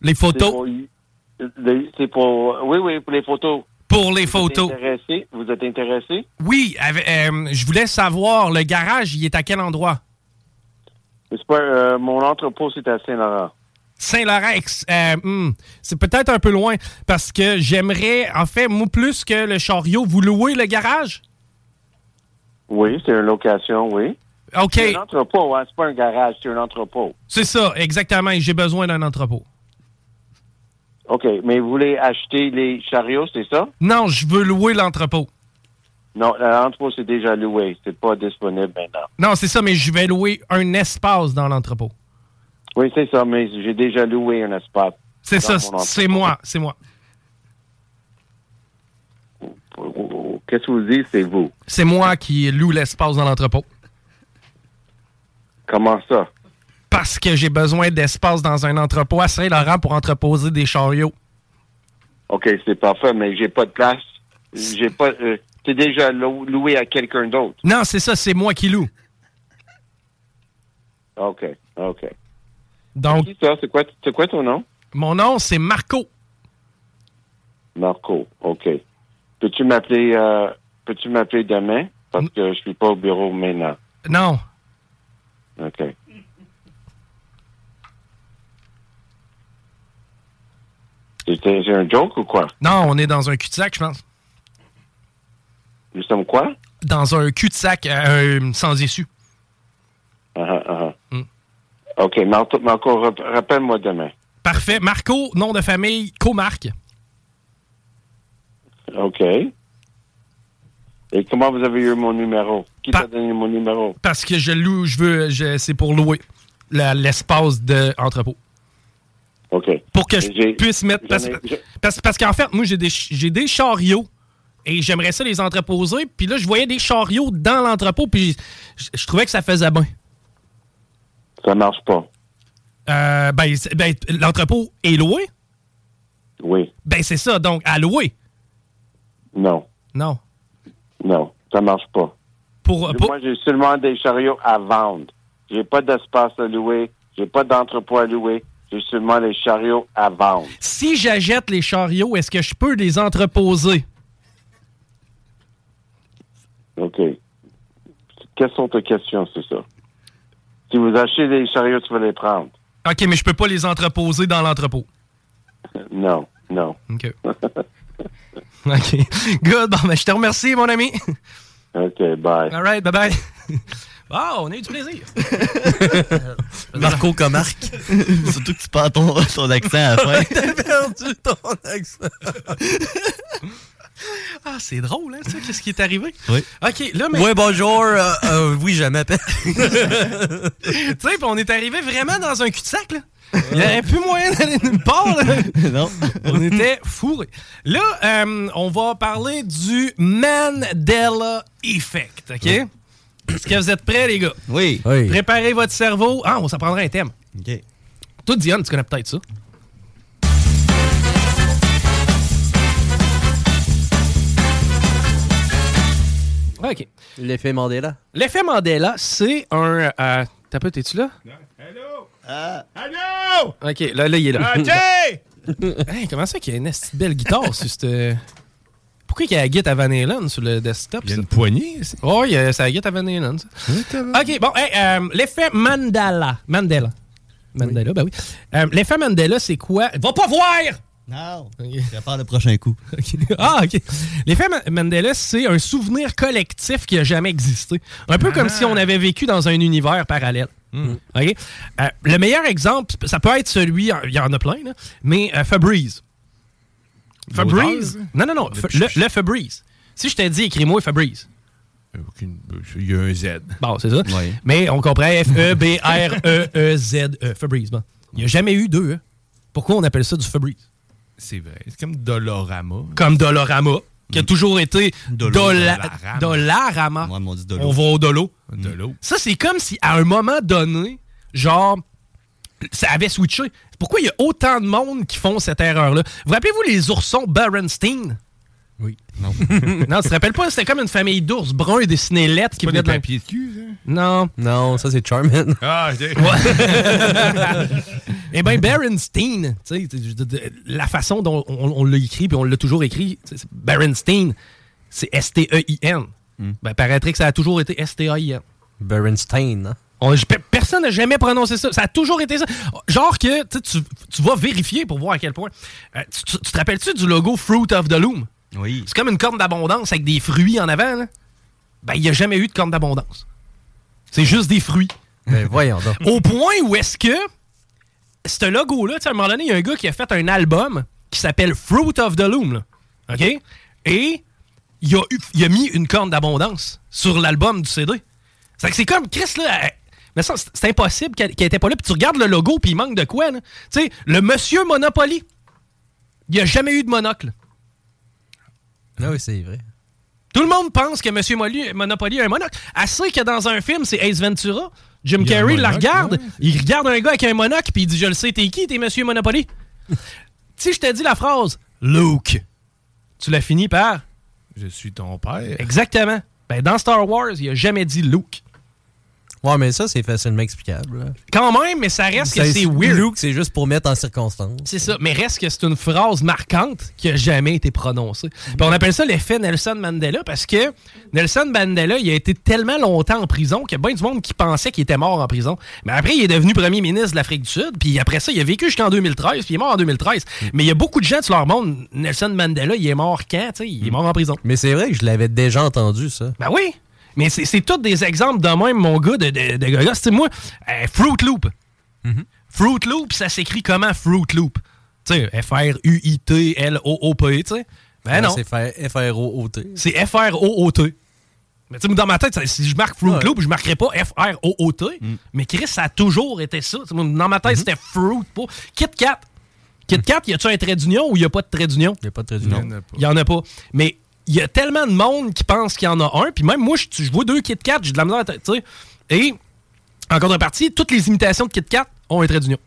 Les
C'est
photos.
pour- les- C'est pour, Oui, oui, pour les photos.
Pour les
Vous
photos.
Êtes intéressé? Vous êtes intéressé?
Oui, avec- euh, je voulais savoir, le garage, il est à quel endroit?
C'est pas, euh, mon entrepôt, c'est à Saint-Laurent.
Saint-Laurent, ex- euh, hmm, c'est peut-être un peu loin parce que j'aimerais, en fait, moi, plus que le chariot, vous louez le garage?
Oui, c'est une location, oui.
OK.
C'est un entrepôt, hein? C'est pas un garage, c'est un entrepôt.
C'est ça, exactement. J'ai besoin d'un entrepôt.
OK, mais vous voulez acheter les chariots, c'est ça?
Non, je veux louer l'entrepôt.
Non, l'entrepôt, c'est déjà loué. C'est pas disponible maintenant.
Non, c'est ça, mais je vais louer un espace dans l'entrepôt.
Oui, c'est ça, mais j'ai déjà loué un espace.
C'est
dans
ça,
mon entrepôt.
c'est moi, c'est moi.
Qu'est-ce que vous dites, c'est vous?
C'est moi qui loue l'espace dans l'entrepôt.
Comment ça?
Parce que j'ai besoin d'espace dans un entrepôt à Saint-Laurent pour entreposer des chariots.
OK, c'est parfait, mais j'ai pas de place. J'ai pas. euh, c'est déjà lou- loué à quelqu'un d'autre.
Non, c'est ça, c'est moi qui loue.
OK, OK.
Donc,
Qui ça? C'est quoi, c'est quoi ton nom?
mon nom, c'est Marco.
Marco. OK. Peux-tu m'appeler euh, peux-tu m'appeler demain? Parce que je suis pas au bureau maintenant.
Non.
OK. C'était c'est un joke ou quoi?
Non, on est dans un cul-de-sac, je pense.
Nous sommes quoi?
Dans un cul-de-sac euh, euh, sans issue.
Ah, ah, ah. OK, Marco, Marco, rap- rappelle-moi demain.
Parfait. Marco, nom de famille, Comarque.
OK. Et comment vous avez eu mon numéro? Qui t'a donné mon numéro?
Parce que je loue, je veux, je- c'est pour louer la- l'espace de entrepôt.
OK.
Pour que je puisse mettre. Parce, parce- parce qu'en fait, moi, j'ai des, ch- j'ai des chariots et j'aimerais ça les entreposer. Puis là, je voyais des chariots dans l'entrepôt, puis je, je trouvais que ça faisait bien.
Ça marche pas.
Euh, ben, c'est- ben, l'entrepôt est loué?
Oui.
Ben, c'est ça. Donc, à louer.
Non.
Non.
Non. Ça marche pas.
Pour,
Moi, j'ai seulement des chariots à vendre. J'ai pas d'espace à louer. J'ai pas d'entrepôt à louer. J'ai seulement des chariots à vendre.
Si j'achète les chariots, est-ce que je peux les entreposer?
OK. Quelles sont tes questions, c'est ça? Si vous achetez des chariots, tu vas les prendre.
OK, mais je peux pas les entreposer dans l'entrepôt.
Non. Non.
OK. OK. Good. Bon, ben, je te remercie, mon ami.
OK, bye.
All right, bye-bye. Ah, on a eu du plaisir.
Marco Comarque. Surtout que tu perds ton, ton accent à la fin.
T'as perdu ton accent. ah, c'est drôle, hein, ça, qu'est-ce qui est arrivé?
Oui.
OK, là, mais...
Ouais, bonjour. euh, euh, oui, je m'appelle.
tu sais, puis on est arrivé vraiment dans un cul-de-sac, là. Il n'y avait plus moyen d'aller nulle part, là.
non.
On était fourrés. Là, euh, on va parler du Mandela Effect, OK? Est-ce que vous êtes prêts, les gars?
Oui.
Préparez votre cerveau. Ah, on s'en prendra un thème.
OK.
Toi, Diane, tu connais peut-être ça. OK.
L'effet Mandela.
L'effet Mandela, c'est un. euh, T'as peu, t'es-tu là?
Ah.
Allô?
Ok, là, là, il est là.
Ah, Jay!
Hey, comment ça qu'il y a une esti de belle guitare sur cette. Pourquoi qu'il y a la guitare à Van Halen sur le desktop? Il y a une poignée ici. Oh, il y a c'est la guitare à Van Halen. ça. Ok, bon, hey, euh, l'effet Mandela. Mandela. Mandela, ben oui. Euh, l'effet Mandela, c'est quoi? Va pas voir!
Non.
Je
vais faire le prochain coup.
Ah, ok. L'effet Ma- Mandela, c'est un souvenir collectif qui a jamais existé. Un peu comme si on avait vécu dans un univers parallèle.
Hmm.
OK? Euh, le meilleur exemple, ça peut être celui, il y en a plein, là, mais euh, Febreze. Febreze?
L'odeur?
Non, non, non. Fe- le, le Febreze. Si je t'ai dit, écris-moi Febreze.
Il y a un Z.
Bon, c'est ça. Mais on comprend E, F-E-B-R-E-E-Z-E. E, Febreze, bon. Il n'y a jamais eu deux. hein. Pourquoi on appelle ça du Febreze?
C'est vrai. C'est comme Dolorama.
Comme Dolorama, qui a toujours été Dola-
Dolorama.
Dollarama. On va au Dolo.
Dolo.
Ça, c'est comme si à un moment donné, genre, ça avait switché. Pourquoi il y a autant de monde qui font cette erreur-là? Vous rappelez-vous les oursons Berenstein?
Oui. Non.
non, tu te rappelles pas? C'était comme une famille d'ours bruns et dessinées lettres qui
Pas des
venaient de la-
papiers de cul, ça?
Non.
Non, ça c'est Charmin.
Ah, j'ai-
Eh bien, Berenstein, tu sais, je veux dire, la façon dont on, on l'a écrit, puis on l'a toujours écrit, tu sais, c'est Berenstein, c'est S-T-E-I-N. Ben, paraîtrait que ça a toujours été S-T-A-I-N.
Berenstein, hein?
On- je- pe- personne n'a jamais prononcé ça. Ça a toujours été ça. Genre que tu, sais, tu, tu vas vérifier pour voir à quel point. Euh, tu, tu- tu te rappelles-tu du logo Fruit of the Loom?
Oui.
C'est comme une corne d'abondance avec des fruits en avant. là. Ben, il n'y a jamais eu de corne d'abondance. C'est juste des fruits.
Ben voyons donc.
Au point où est-ce que ce logo-là, tu sais, à un moment donné, il y a un gars qui a fait un album qui s'appelle Fruit of the Loom. là. OK? Et il a, eu- il a mis une corne d'abondance sur l'album du CD. C'est que c'est comme Chris, là. elle- Mais ça, c'est- c'est impossible qu'elle n'était pas là. Puis tu regardes le logo, puis il manque de quoi, là. Tu sais, le monsieur Monopoly. Il n'y a jamais eu de monocle.
Ah oui, c'est vrai.
Tout le monde pense que Monsieur Molly- Monopoly a un monocle. Assez que dans un film, c'est Ace Ventura. Jim
Il y a un
Carrey la
monocle,
regarde.
ouais.
Il regarde un gars avec un monocle, puis il dit Je le sais, t'es qui T'es Monsieur Monopoly. si je te dis la phrase Luke, tu l'as fini par
Je suis ton père.
Exactement. Ben, dans Star Wars, il a jamais dit Luke.
Ouais, mais ça, c'est facilement explicable.
Quand même, mais ça reste que c'est weird.
Luke, c'est juste pour mettre en circonstance.
C'est ça, mais reste que c'est une phrase marquante qui a jamais été prononcée. Puis on appelle ça l'effet Nelson Mandela parce que Nelson Mandela, il a été tellement longtemps en prison qu'il y a bien du monde qui pensait qu'il était mort en prison. Mais après, il est devenu premier ministre de l'Afrique du Sud, puis après ça, il a vécu jusqu'en 2013, puis il est mort en 2013. Mais il y a beaucoup de gens, tu leur montres, Nelson Mandela, il est mort quand, tu sais, il est mort en prison.
Mais c'est vrai que je l'avais déjà entendu, ça.
Ben oui! Mais c'est c'est tous des exemples de même, mon gars, de, de, de gars. Tu sais, moi, euh, Fruit Loop. Fruit Loop, ça s'écrit comment Fruit Loop? Tu sais, F-R-U-I-T-L-O-O-P, tu sais. Ben
Ouais,
non.
c'est faire- F-R-O-O-T.
C'est F-R-O-O-T. Mais tu sais, dans ma tête, ça- si je marque Fruit Loop, je marquerai pas F-R-O-O-T.
Mm.
Mais Chris, ça a toujours été ça. Tu sais, moi, Dans ma
Mm-hmm.
tête, c'était Fruit, pas Kit Kat. Kit Kat, y a-tu un trait d'union ou y a pas de trait d'union?
Y a pas de trait
d'union. Y en a pas. Mais il y a tellement de monde qui pense qu'il y en a un. Puis même moi, je je vois deux Kit Kat, j'ai de la misère à t- tu sais. Et en contrepartie, toutes les imitations de Kit Kat ont un trait d'union.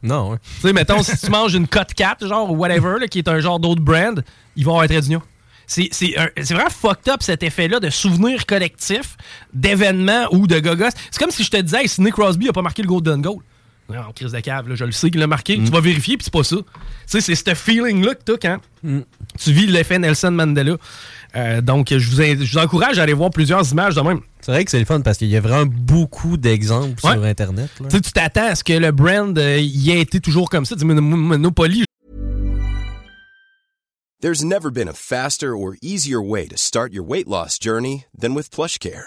non,
Tu sais, mettons, si tu manges une Cote 4, genre, ou whatever, là, qui est un genre d'autre brand, ils vont avoir un trait d'union. C'est c'est un- c'est vraiment fucked up cet effet-là de souvenir collectif, d'événements ou de gogos. C'est comme si je te disais, hey, Sidney Crosby a pas marqué le Golden Goal. Non, crise de cave, là, je le sais qu'il l'a marqué.
Mm.
Tu vas vérifier, puis c'est pas ça. Tu sais, c'est ce feeling-là que t'as quand
Mm.
tu vis l'effet Nelson Mandela. Euh, donc, je vous, in- je vous encourage à aller voir plusieurs images de même.
C'est vrai que c'est le fun parce qu'il y a vraiment beaucoup d'exemples
Ouais.
sur Internet. là.
Tu sais, tu t'attends à ce que le brand euh, y ait été toujours comme ça. Tu dis, Mon- Mon- Monopoly,
There's never been a faster or easier way to start your weight loss journey than with PlushCare.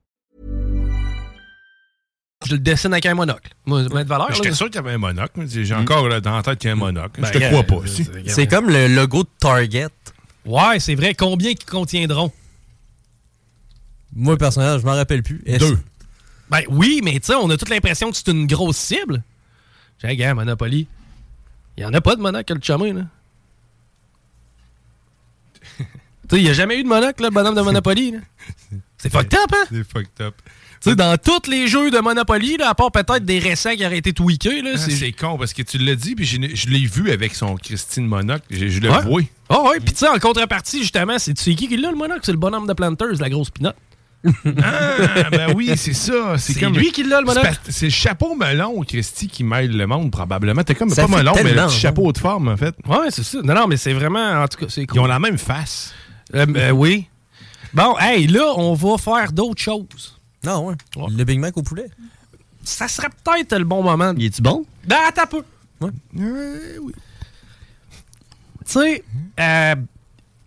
je le dessine avec un monocle. Moi, je mets de valeur.
Mais
là.
Ben, J'étais sûr qu'il y avait un monocle. mais J'ai
Mm.
encore là, dans la tête qu'il y a un monocle.
Ben,
je te
regarde,
euh,
crois pas. si.
c'est- C'est comme
le logo de Target.
Ouais, c'est vrai. Combien qui contiendront?
Moi, personnellement, je m'en rappelle plus. Est-ce-
Deux. Ben oui, mais tu sais, on a toute l'impression que c'est une grosse cible. J'ai dit, gars, Monopoly. Il n'y en a pas de monocle, le chemin, là. tu sais, il n'y a jamais eu de monocle, là, le bonhomme de Monopoly. là. C'est fucked up, hein?
C'est fucked up.
Tu sais, dans tous les jeux de Monopoly, là, à part peut-être des récents qui auraient été tweakés, là,
Ah,
c'est
c'est con parce que tu l'as dit, puis je, n'ai- je l'ai vu avec son Christine Monoc. Je, je l'ai
Ouais.
voué.
Ah ouais, puis tu sais, en contrepartie, justement, c'est tu sais qui qui l'a, le monocle? C'est le bonhomme de Planters, la grosse pinotte.
Ah, ben oui, c'est ça. C'est
C'est
comme-
lui qui l'a, le
C'est
monocle.
parce- C'est le chapeau melon, Christy, qui mêle le monde, probablement. T'es comme
Ça
pas
fait
melon, mais le
tellement,
petit
hein.
chapeau de forme, en fait.
Ouais, c'est ça. Non, non, mais c'est vraiment, en tout cas, c'est cool.
Ils ont la même face.
Euh, ben oui. Bon, hey, là, on va faire d'autres choses.
Non, ouais. Le Big Mac au poulet.
Ça serait peut-être le bon moment.
Il est-tu bon?
Ben, attends un peu.
Euh, oui.
Tu sais, euh,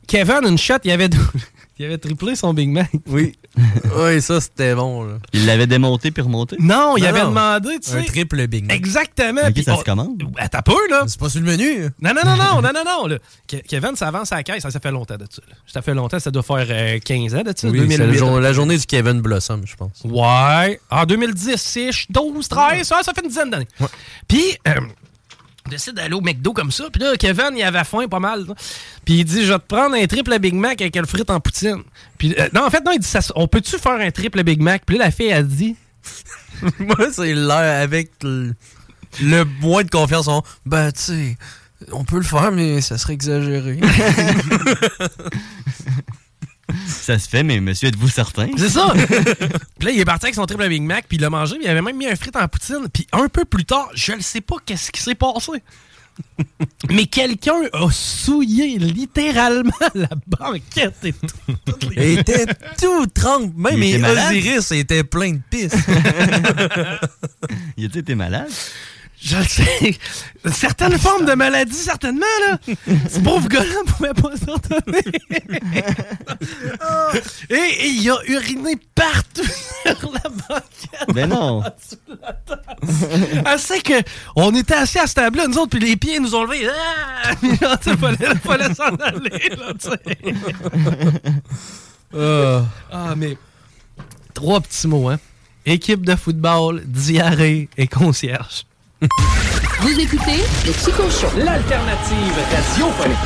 Kevin, une shot, il avait, dou- il avait triplé son Big Mac. Oui.
Oui, ça, c'était bon. Là.
Il l'avait démonté puis remonté?
Non, il avait demandé, tu sais.
Un triple Big Mac.
Exactement.
Ok,
puis
ça
on-
se commande?
Ah, t'as peu, là?
C'est pas sur le menu.
Non, non, non, non, non, non, non. là. Ke- Kevin, ça avance à la caisse. Ça, ça fait longtemps de ça. là. Ça fait longtemps, ça doit faire euh, 15 ans de ça.
Oui,
2008.
c'est le jour- la journée du Kevin Blossom, je pense.
Ouais. Ah, En 2010, -ish, 12, 13, ouais, Ah, ça fait une dizaine d'années. Puis, euh, on décide d'aller au McDo comme ça. Puis là, Kevin, il avait faim pas mal. là. Puis il dit Je vais te prendre un triple Big Mac avec le frite en poutine. Puis, euh, non, en fait, non, il dit Ça se- On peut-tu faire un triple Big Mac Puis là, la fille, elle dit
Moi, c'est l'heure avec le, le moins de confiance. en ben, tu sais, on peut le faire, mais ça serait exagéré.
Ça se fait, mais monsieur, êtes-vous certain?
C'est ça! puis là, il est parti avec son triple Big Mac, puis il l'a mangé, puis il avait même mis un frit en poutine. Puis un peu plus tard, je ne sais pas qu'est-ce qui s'est passé. Mais quelqu'un a souillé littéralement la banquette et tout. toutes les-
Il était tout trempe. Même
Il
les
était malade?
Osiris était plein de pisse.
Il a-tu été malade?
Je le sais. Certaines formes de maladie, certainement, là. Ce pauvre gars-là pouvait pas s'en donner. et, et il a uriné partout sur la banquette.
Ben non.
Sous la table. Elle sait que on était assis à ce table-là, nous autres, puis les pieds nous ont levés. Ah! Puis là, tu sais, fallait, fallait s'en aller, là, tu sais.
Ah.
Ah, mais... Trois petits mots, hein. Équipe de football, diarrhée et concierge.
Vous écoutez le Chico Show, l'alternative radiophonique.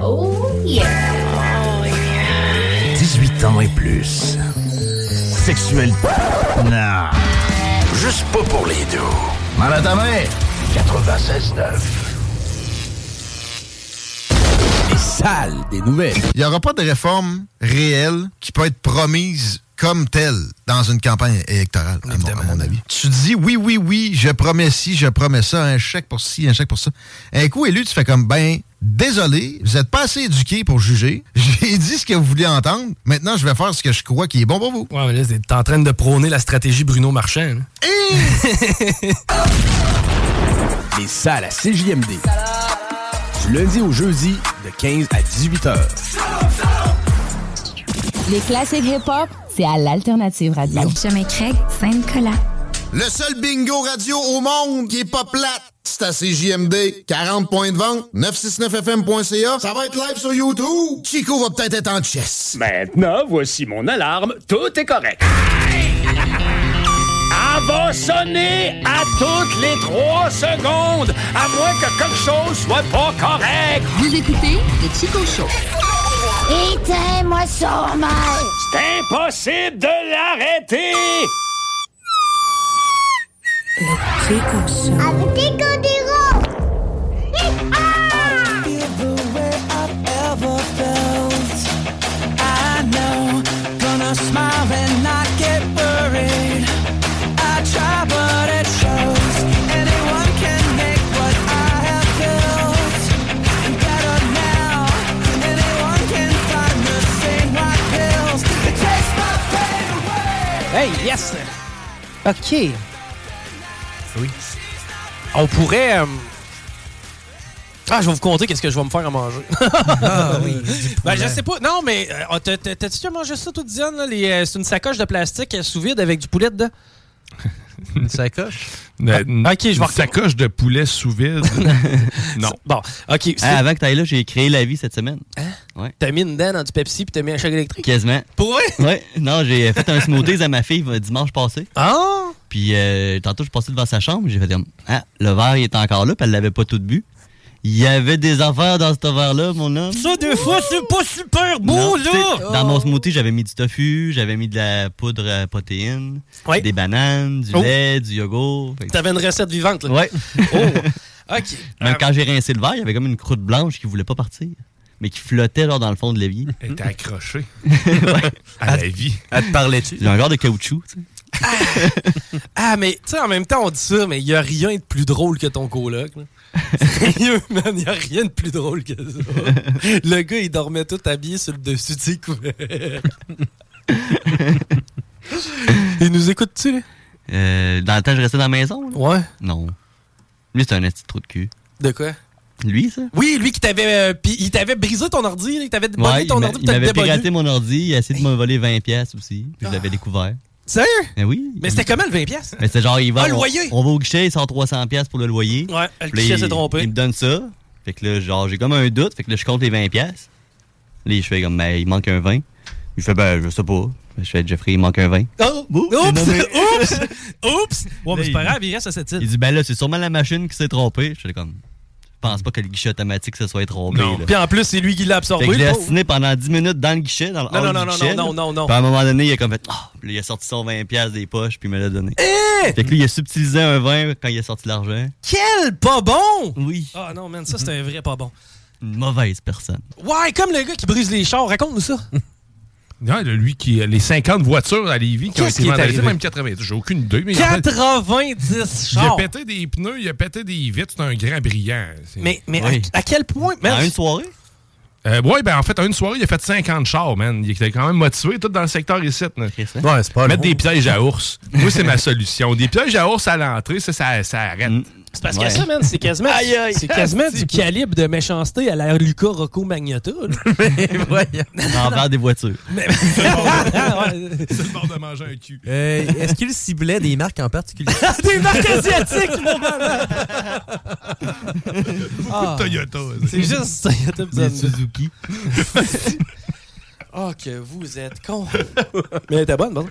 Oh yeah.
18 ans et plus. Sexuel. Non. Juste pas pour les deux. Mal à ta main. 96.9.
Les salles des nouvelles. Il n'y aura pas de réforme réelle qui peut être promise comme telle dans une campagne électorale, à mon, à mon avis. Tu dis oui, oui, oui, je promets ci, je promets ça, un chèque pour ci, un chèque pour ça. Un coup élu, tu fais comme, ben, désolé, vous n'êtes pas assez éduqué pour juger. J'ai dit ce que vous vouliez entendre. Maintenant, je vais faire ce que je crois qui est bon pour vous.
Ouais, mais là, t'es en train de prôner la stratégie Bruno Marchand. hein.
Et ça à la CJMD. Du lundi au jeudi, de 15 à 18 heures.
Les classiques hip-hop, c'est à l'alternative radio. Je m'écris Sainte-Colas.
Le seul bingo radio au monde qui est pas plate, c'est à CJMD. 40 points de vente, 969fm.ca. Ça va être live sur YouTube. Chico va peut-être être en chess.
Ben.
Maintenant, voici mon alarme. Tout est correct. Elle va sonner à toutes les trois secondes, à moins que quelque chose soit pas correct.
Vous écoutez le Chico Show.
Éteins-moi ça, mal.
C'est impossible de l'arrêter.
Le Chico Show.
I know, gonna smile and not get worried. I try, but it shows. Anyone can make what I have built better now. Anyone can find the same white pills. It takes my pain away.
Hey, yes! OK.
Oui. On pourrait. euh, Ah, je vais vous compter qu'est-ce que je vais me faire à manger.
Ah oui.
Ben, je sais pas. Non, mais euh, ah, t'as- t'as- t'as-tu déjà mangé ça, toute Diane? là, les, euh, C'est une sacoche de plastique euh, sous vide avec du poulet dedans? une sacoche?
Ah,
ok, je vais
Une sacoche de poulet sous vide. non.
Bon, ok. c'est-
Ah,
Hein?
avant que t'ailles là, j'ai créé la vie cette semaine. Ouais.
T'as mis une dent dans du Pepsi puis t'as mis un choc électrique?
Quasiment.
Pour vrai?
Ouais. Non, j'ai fait un smoothies à ma fille euh, dimanche passé.
Ah!
Puis euh, tantôt, je passais devant sa chambre, j'ai fait comme, ah, le verre, il est encore là, puis elle l'avait pas tout bu. Il y avait des affaires dans ce verre-là, mon homme.
Ça, des fois, c'est pas super beau,
Non,
là!
tu sais, Dans mon smoothie, j'avais mis du tofu, j'avais mis de la poudre à protéines, des bananes, du
Oh.
lait, du yogourt. Fait que-
T'avais une recette vivante, là.
Ouais.
Oh! Ok.
Même quand j'ai rincé le verre, il y avait comme une croûte blanche qui voulait pas partir, mais qui flottait genre dans le fond de l'évier.
Elle était accrochée.
Ouais.
À la vie.
Elle te parlait-tu? J'ai un genre de caoutchouc, tu sais.
Ah, mais tu sais, en même temps, on dit ça, mais il n'y a rien de plus drôle que ton coloc. là. Sérieux, man, il n'y a rien de plus drôle que ça. Le gars, il dormait tout habillé sur le dessus de ses couverts. il nous écoute-tu, là?
Euh, dans le temps, je restais dans la maison. là.
Ouais.
Non. Lui, c'est un petit trou de cul.
De quoi?
Lui, ça?
Oui, lui qui t'avait euh, pi- il t'avait brisé ton ordi, là, il t'avait débogué
Ouais, il
ton
m'a-
ordi, puis
il
t'as
m'avait
débogué.
piraté mon ordi, il a essayé de me voler 20$ piastres aussi, puis je l'avais découvert.
Sérieux?
Mais oui.
Ah. Mais c'était comment le 20$? piastres?
Mais c'est genre, il va.
Ah, le
on-
loyer!
On, va au guichet, il sort 300$ piastres pour le loyer.
Ouais, le
Puis là,
guichet
il-
s'est trompé.
Il me donne ça. Fait que là, genre, j'ai comme un doute. Fait que là, je compte les 20$. piastres. Là, je fais comme, mais il manque un 20. Il fait, ben, je sais pas. Je fais, Jeffrey, il manque un 20.
Oh! Oups! Oups! Oups! Ouais, mais c'est pas grave, il reste à cette île.
Il dit, ben là, c'est sûrement la machine qui s'est trompée. Je fais comme, je pense pas que le guichet automatique se soit trompé. là.
Puis en plus, c'est lui qui l'a absorbé.
Fait que je l'ai
le pauvre.
astiné pendant 10 minutes dans le guichet, dans le
Non,
hall
non,
du
non, non,
guichet,
non,
là.
non, non.
Puis à un moment donné, il a comme fait Ah! Puis là, il a sorti son 20$ piastres des poches, puis il me l'a donné.
Eh!
Fait que lui, il a subtilisé un 20 quand il a sorti l'argent.
Quel pas bon!
Oui.
Ah non, man, ça, c'est un vrai pas bon.
Une mauvaise personne.
Ouais, comme le gars qui brise les chars, raconte-nous ça.
Non, Ah, là, lui qui. Les 50 voitures à Lévis qui ont
Qu'est-ce
été
qui est
vandalisées,
arrivé?
même 90. J'ai aucune idée. Mais
90
il a
chars.
pété des pneus, il a pété des vitres. C'est un grand brillant. C'est-
Mais, mais à- à, quel point? man,
À une
soirée?
Euh, ouais, ben en fait, à une soirée, il a fait 50 chars, man. Il était quand même motivé, tout dans le secteur ici. là.
Ouais,
Ah,
c'est pas
Mettre
long.
des pièges à ours. Moi, c'est ma solution. Des pièges à ours à l'entrée, ça, ça, ça arrête.
C'est parce que ça, man, c'est quasiment,
Aïe, aïe.
c'est quasiment du calibre de méchanceté à la Luca Rocco Magnata. là.
Envers des voitures.
C'est le bord de manger un cul.
Euh, Est-ce qu'il ciblait des marques en particulier?
des marques asiatiques, mon maman!
Beaucoup
Ah.
de Toyota.
C'est juste Toyota
Des
Suzuki.
Ah, que vous êtes con. mais elle était bonne, bon.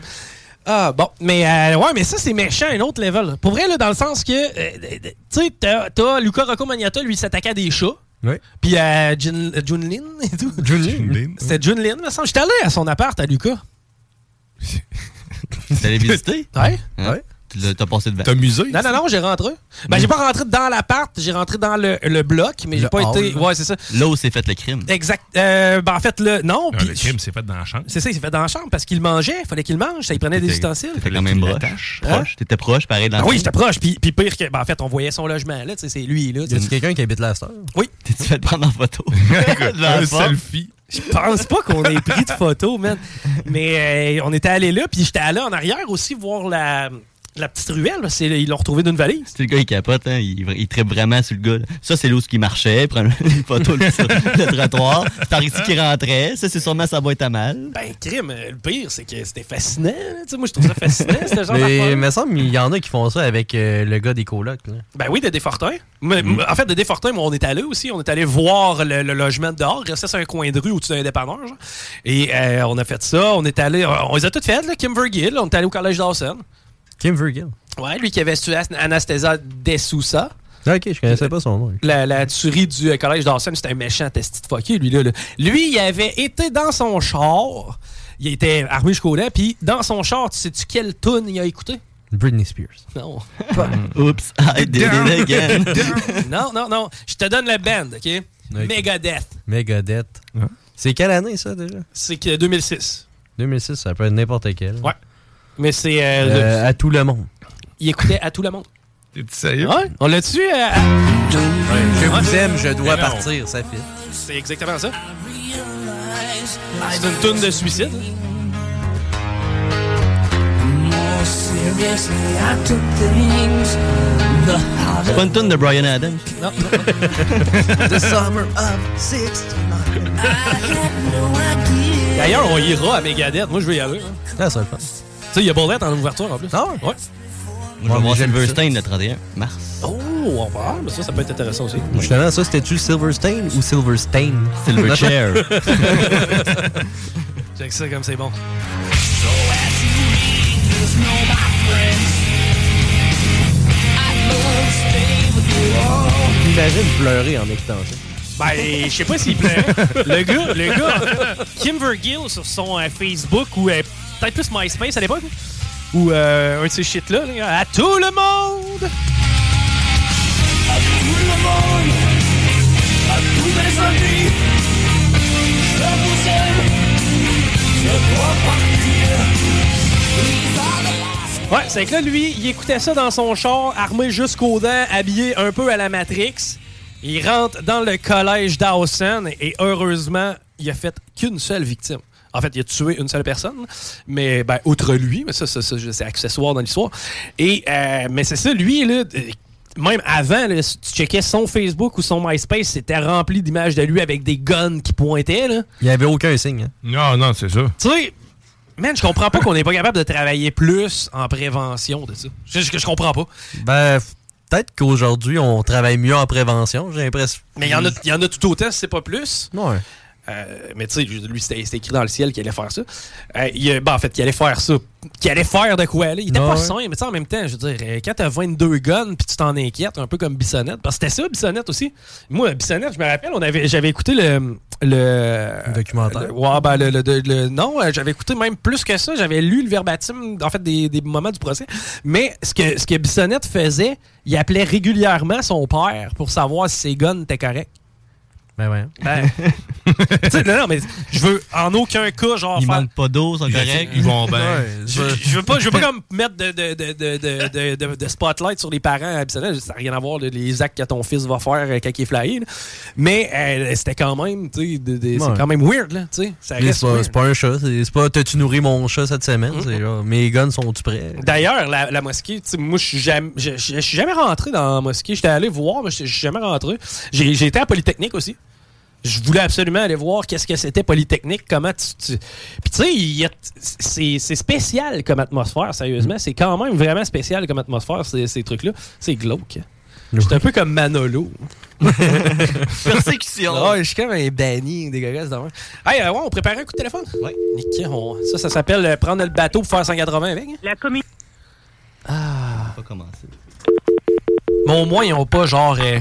Ah, bon. Mais, euh, ouais, mais ça, c'est méchant, un autre level. Pour vrai, là, dans le sens que, euh, d- d- tu sais, t'as, t'as Luca Rocco Magnata, lui, il s'attaquait à des chats.
Ouais.
Puis à Jun, euh, Junlin et tout.
Junlin.
C'était Junlin, me semble. J'étais allé à son appart à Lucas.
T'es allé visiter?
Ouais.
Hein? Tu l'as- T'as passé
Ben,
devant.
Non, non, non, j'ai rentré. Ben, j'ai pas rentré dans l'appart, j'ai rentré dans le, le bloc, mais j'ai
Le
pas été.
hall.
Ah Ouais, c'est ça.
Là où s'est fait le crime.
Exact. Euh, ben, en fait, là, non.
Ah,
puis-
le crime, c'est fait dans la chambre.
C'est ça, il s'est fait dans la chambre parce qu'il mangeait, il fallait qu'il mange, ça il prenait des
T'étais-
ustensiles.
T'étais quand même proche.
Hein?
Proche. T'étais proche, pareil, dans
Ah
le-
oui, j'étais proche. Puis, puis pire que. Ben, en fait, on voyait son logement, là. tu sais, C'est lui, là.
Y a quelqu'un qui habite la star?
Oui.
T'es-tu fait prendre en photo?
Un selfie. Je pense pas qu'on ait pris de photos, man. Mais euh, on était allé là, puis j'étais allé en arrière aussi voir la, la petite ruelle. là. C'est- Ils l'ont retrouvé d'une valise.
C'est le gars, il capote, hein. il, il trippe vraiment sur le gars. là. Ça, c'est l'eau qui marchait, prendre une photo là, sur le trottoir. C'est par ici qui rentrait. Ça, c'est sûrement sa boîte à mal.
Ben, crime, euh, le pire, c'est que c'était fascinant. là. Tu sais, moi, je trouve ça fascinant, ce genre
Mais il
d'affaire.
me semble qu'il y en a qui font ça avec euh, le gars des colocs. là.
Ben oui, de Desfortins. Mais, m- En fait, de Desfortins, moi, on est allé aussi. On est allé voir le, le logement de dehors. Ça, c'est un coin de rue au-dessus d'un dépanneur. genre. Et euh, on a fait ça. On est allé. euh, On, on les a toutes faites, là. Kim Vergil. On est allé au collège Dawson.
Kim Virgil.
Ouais, lui qui avait tué As- Anastasia Dessousa.
Ah, ok, je connaissais pas son nom.
La, la tuerie du euh, collège Dawson, c'était un méchant testi de fucké, lui. Là, là. Lui, il avait été dans son char. Il était armé jusqu'au dents. Puis dans son char, tu sais-tu quelle toune il a écouté?
Britney Spears.
Non.
Oups, Mm. I did it again.
non, non, non. Je te donne le band, OK? Megadeth.
Megadeth. C'est quelle année ça déjà?
C'est que 2006.
2006, ça peut être n'importe quelle.
Ouais. Mais c'est. euh, le-
Euh, à tout le monde.
Il écoutait à tout le monde.
T'es sérieux?
Ouais, on l'a tué à.
Je vous aime, je dois
Ah, Mais non.
partir, ça fit.
C'est exactement ça. C'est une toune de suicide.
More seriously, I took things
C'est pas une toune de Brian Adams.
Non,
The summer
of 69.
D'ailleurs, on ira à Megadeth. Moi, je veux y aller.
Ah, ça va pas.
Tu sais, il y a Bourlette en ouverture en plus. Ah ouais? Ouais.
Moi, je vais voir Silverstein le 31 mars.
Oh, on va. mais ça, ça peut être intéressant aussi.
Justement, ça, c'était-tu Silverstein ou Silverstein?
Silverchair.
Check ça comme c'est bon.
Imagine pleurer en écoutant ça.
Ben, je sais pas s'il plaît. le gars, le gars, Kim Vergil sur son euh, Facebook ou euh, peut-être plus MySpace à l'époque, ou euh, un de ces shit-là, là, à tout le monde! Ouais, c'est que là, lui, il écoutait ça dans son char, armé jusqu'aux dents, habillé un peu à la Matrix. Il rentre dans le collège Dawson et heureusement, il a fait qu'une seule victime. En fait, il a tué une seule personne, mais ben, outre lui, mais ça, ça, ça, c'est accessoire dans l'histoire. Et euh, mais c'est ça, lui, là, euh, même avant, là, si tu checkais son Facebook ou son MySpace, c'était rempli d'images de lui avec des guns qui pointaient. Là.
Il n'y avait aucun signe. hein.
Non, non, c'est ça.
Tu sais, man, je comprends pas qu'on n'est pas capable de travailler plus en prévention de ça. Je, je, je comprends pas.
Ben, f- peut-être qu'aujourd'hui, on travaille mieux en prévention, j'ai l'impression.
Mais il y, en a- il y en a tout autant, si c'est pas plus. Euh, mais tu sais, lui, c'était c'était écrit dans le ciel qu'il allait faire ça. Euh, il, euh, ben, en fait, qu'il allait faire ça. Qu'il allait faire de quoi, là. Il était
Ouais,
pas
ouais.
sain, mais tu sais, en même temps, je veux dire, euh, quand t'as 22 guns, puis tu t'en inquiètes, un peu comme Bissonnette. Parce que c'était ça, Bissonnette aussi. Moi, Bissonnette, je me rappelle, on avait, j'avais écouté le. Le documentaire. ouais, ben, le, le- le- le- non, euh, j'avais écouté même plus que ça. J'avais lu le verbatim, en fait, des, des moments du procès. Mais ce que, ce que Bissonnette faisait, il appelait régulièrement son père pour savoir si ses guns étaient corrects.
Ben ouais.
Ben, tu sais, non, non, mais je veux en aucun cas, genre.
Ils
faire-
manquent pas d'eau, c'est correct.
Ils vont bien.
Ouais, ben, je, je veux pas, je veux pas comme mettre de, de, de, de, de, de- de spotlight sur les parents habituels. Ça n'a rien à voir là, les actes que ton fils va faire euh, quand il est flyé. là. Mais euh, c'était quand même, tu sais, de- de-
Ouais.
c'est quand même weird, là. Tu sais, ça
Mais
reste
C'est pas,
weird.
c'est pas un chat. C'est c'est pas t'as-tu nourri mon chat cette semaine? C'est genre, mes guns sont-tu prêts?
D'ailleurs, la, la mosquée, tu sais, moi, je suis jamais, je, je- je suis jamais rentré dans la mosquée. J'étais allé voir, mais je je suis jamais rentré. J'ai j'ai été à Polytechnique aussi. Je voulais absolument aller voir qu'est-ce que c'était Polytechnique, comment tu... tu- Puis tu sais, il y a- c'est c'est spécial comme atmosphère, sérieusement. C'est quand même vraiment spécial comme atmosphère, ces, ces trucs-là. C'est glauque. J'étais un peu comme Manolo.
Persécution.
Ouais, je suis comme un banni, des gars dans Hey, euh, ouais, on préparait un coup de téléphone? Oui. Ça, ça s'appelle euh, prendre le bateau pour faire 180 avec. La commune. Ah.
Pas commencé.
Mais au moins, ils n'ont pas genre euh,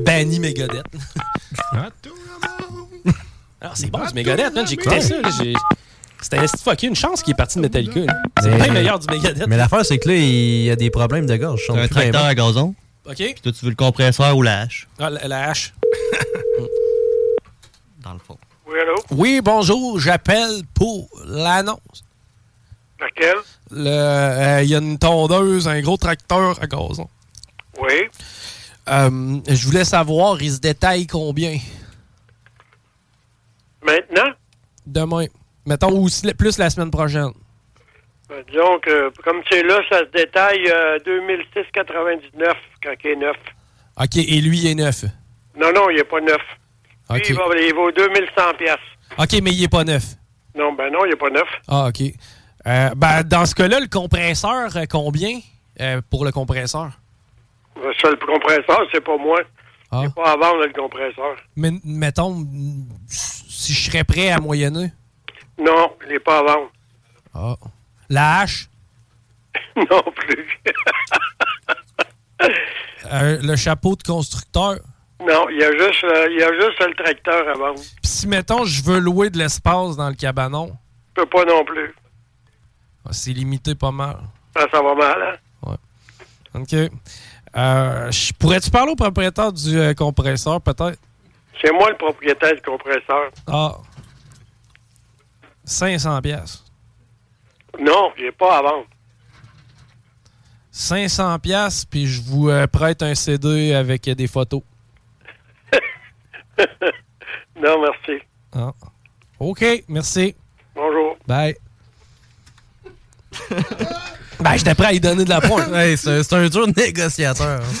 banni Megadeth. Alors, c'est bon, ce Megadeth, man. J'écoutais ça. là, j'ai- C'était un esti fucké, une chance qu'il est parti de Metallica. là. C'est
Mais-
euh,
bien meilleur du Megadeth.
Mais l'affaire, c'est que là, il y a des problèmes de gorge.
T'as un tracteur à gazon.
OK.
Puis toi, tu veux le compresseur ou la hache.
Ah, la, la hache.
Dans le fond.
Oui, allô?
Oui, bonjour, j'appelle pour l'annonce.
Laquelle?
Le- euh, Il y a une tondeuse, un gros tracteur à gazon.
Oui.
Euh, je voulais savoir, il se détaille combien
Maintenant?
demain? Mettons, ou si- plus la semaine prochaine.
Ben, disons que, comme c'est là, ça se détaille euh, 2006-99 quand il est neuf.
OK, et lui, il est neuf.
Non, non, il n'est pas neuf. Lui,
OK.
il, va, il vaut 2100 piastres.
OK, mais il est pas neuf.
Non, ben non, il n'est pas neuf.
Ah, OK. Euh, ben, dans ce cas-là, le compresseur, euh, combien euh, pour le compresseur?
Le seul compresseur, c'est pas moi.
Ah.
C'est pas à vendre, le compresseur.
Mais, mettons, mm, si je serais prêt à moyenner.
Non, il n'est pas à vendre.
Ah. La hache,
non plus.
euh, le chapeau de constructeur.
Non, il y a juste, euh, il y a juste le tracteur à vendre.
Puis si, mettons, je veux louer de l'espace dans le cabanon,
Je peux pas non plus.
ah, c'est limité pas mal.
Ah, ça va mal, hein?
OK. Euh, je- Pourrais-tu parler au propriétaire du euh, compresseur, peut-être?
C'est moi le propriétaire du compresseur.
Ah. 500 pièces.
Non, il n'est pas à vendre.
500 pièces puis je vous euh, prête un CD avec euh, des photos.
Non, merci.
Ah. OK, merci.
Bonjour.
Bye. Ben, j'étais prêt à lui donner de la pointe.
Hey, c'est un- c'est un dur négociateur.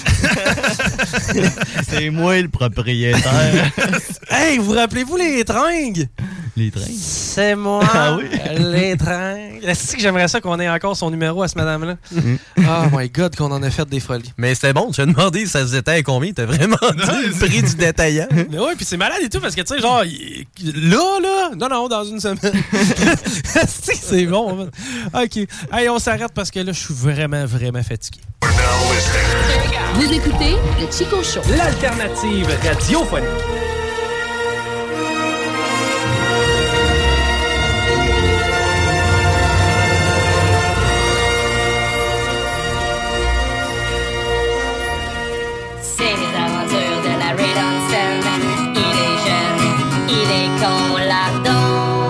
C'est moi le propriétaire.
hey, vous rappelez-vous les tringues?
Les trains.
C'est moi,
Ah oui?
les tringues. Est-ce que j'aimerais ça qu'on ait encore son numéro à ce madame-là? Oh my god, qu'on en a fait des folies.
Mm-hmm. Mais c'était bon, tu as demandé si ça faisait à combien, t'as vraiment dit le prix du détaillant.
Mais ouais, puis c'est malade et tout, parce que, tu sais, genre, il- là, là, non, non, dans une semaine. Asti, c'est bon, man. OK. Hey, on s'arrête parce que là, je suis vraiment, vraiment fatigué.
Vous écoutez le Chico Show.
L'alternative radiophonique.
C'est les aventures de la Red Hansen. Il est jeune, il est con lardon.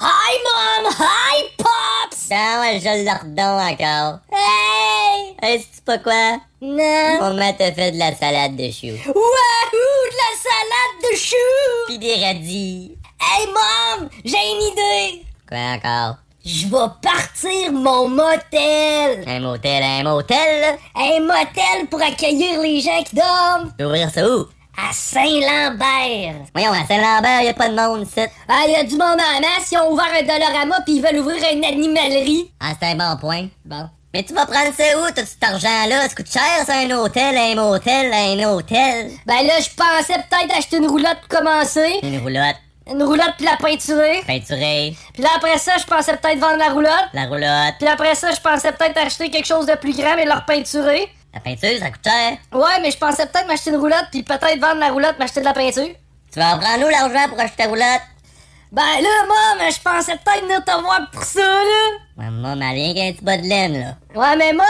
Hi mom, hi pops! Ah ouais, je l'ardon encore. Hey! Hey, c'est pas quoi? Non. Maman t'a fait de la salade de choux.
Wahoo! De la salade de choux!
Pis des radis.
Hey, mom! J'ai une idée!
Quoi encore?
Je vais partir mon motel!
Un motel, un motel?
Un motel pour accueillir les gens qui dorment!
Ouvrir ça où?
À Saint-Lambert!
Voyons, à Saint-Lambert, y a pas de monde, c'est.
Ah, y a du monde en masse, ils ont ouvert un Dolorama pis ils veulent ouvrir une animalerie!
Ah, c'est un bon point. Bon. Mais tu vas prendre ça où, tout cet argent-là? Ça coûte cher, ça, un hôtel, un motel, un hôtel.
Ben là, je pensais peut-être acheter une roulotte pour commencer,
Une roulotte,
une roulotte pis la peinturer,
peinturée,
pis là après ça, je pensais peut-être vendre la roulotte,
la roulotte.
Puis après ça, je pensais peut-être acheter quelque chose de plus grand mais leur peinturer.
La peinture, ça coûte cher.
Ouais, mais je pensais peut-être m'acheter une roulotte puis peut-être vendre la roulotte, m'acheter de la peinture.
Tu vas en prendre où l'argent pour acheter ta roulotte?
Ben là, maman, je pensais peut-être venir te voir pour ça, là.
Maman, m'a rien qu'un petit bas de laine, là.
Ouais, mais moi,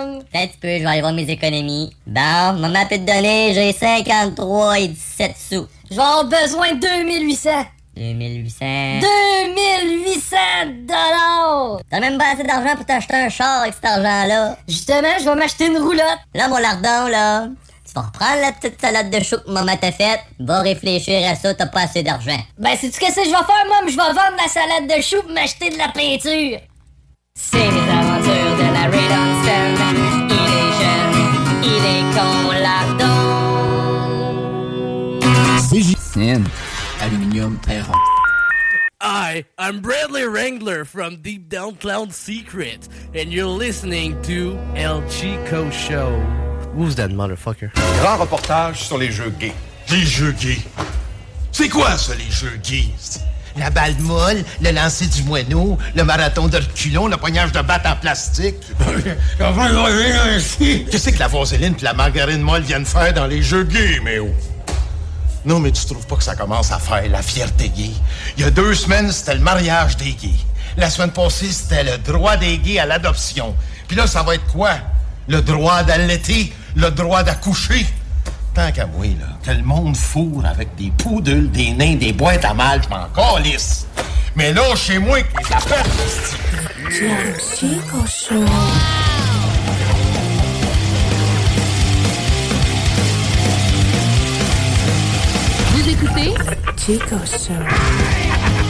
euh,
Peut-être tu peux, je vais aller voir mes économies. Bon, maman peut te donner, j'ai 53 et 17 sous.
je vais avoir besoin de 2800.
2800.
2800 dollars!
T'as même pas assez d'argent pour t'acheter un char avec cet argent-là.
Justement, je vais m'acheter une roulotte.
Là, mon lardon, là, tu vas reprendre la petite salade de chou que maman t'a faite. Va réfléchir à ça, t'as pas assez d'argent.
Ben, sais-tu qu'est-ce que je vais faire, maman? Je vais vendre la salade de choux pour m'acheter de la peinture.
C'est les aventures de la Red Hansen. Il est jeune, il est con lardon.
CJCN, Aluminium Perron.
Hi, I'm Bradley Wrangler from Deep Down Clown Secret, and you're listening to El Chico Show.
Who's that motherfucker?
Grand reportage sur les jeux gays. Les jeux gays? C'est quoi ça, les jeux gays?
La balle molle, le lancer du moineau, le marathon de reculon, le poignage de batte en plastique. Qu'est-ce que la vaseline et la margarine molle viennent faire dans les jeux gays, mais oh? Non, mais tu trouves pas que ça commence à faire la fierté gay? Il y a deux semaines, c'était le mariage des gays. La semaine passée, c'était le droit des gays à l'adoption. Puis là, ça va être quoi? Le droit d'allaiter, le droit d'accoucher. Tant qu'à moi, là, que le monde fourre avec des poudules, des nains, des boîtes à mal, je m'en calisse. Mais là, chez moi, que les affaires...
Chico Show.
Vous écoutez
Chico Show.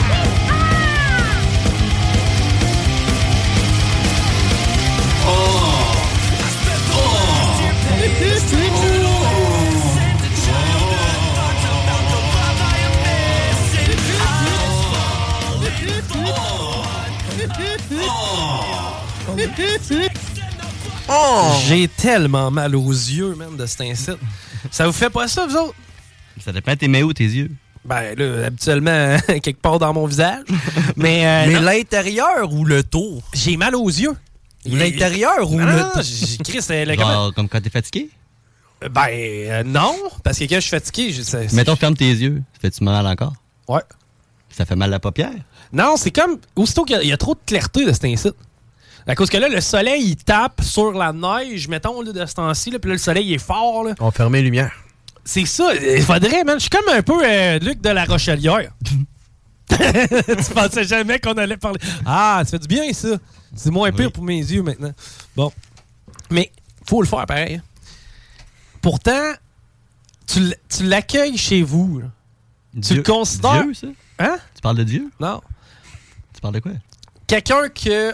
Oh.
J'ai tellement mal aux yeux, même, de cet incite. Ça vous fait pas ça, vous autres?
Ça dépend, t'es mets où tes yeux?
Ben là, habituellement, quelque part dans mon visage. Mais,
Mais
l'intérieur ou le tour? J'ai mal aux yeux.
L'intérieur ou
Non, non,
le
non,
tour?
j'ai- Chris, euh, le-
Genre, comme quand t'es fatigué?
Ben euh, non, parce que quand je suis fatigué, je ça- ça-
Mettons, ferme tes yeux. Ça Fait-tu mal encore?
Ouais.
Ça fait mal la paupière?
Non, c'est comme aussitôt qu'il y a- il y, a trop de clarté de cet incite. À cause que là, le soleil, il tape sur la neige, mettons, là, de ce temps-ci, là, puis là, le soleil, il est fort, là.
On fermait les lumières.
C'est ça, il faudrait, man. Je suis comme un peu euh, Luc de la Rochelière. tu pensais jamais qu'on allait parler. Ah, ça fait du bien, ça. C'est moins pire pour mes yeux maintenant. Bon. Mais, faut le faire pareil. hein. Pourtant, tu l- tu l'accueilles chez vous. là. Tu le considères.
Dieu, ça?
Hein?
Tu parles de Dieu?
Non.
Tu parles de quoi?
Quelqu'un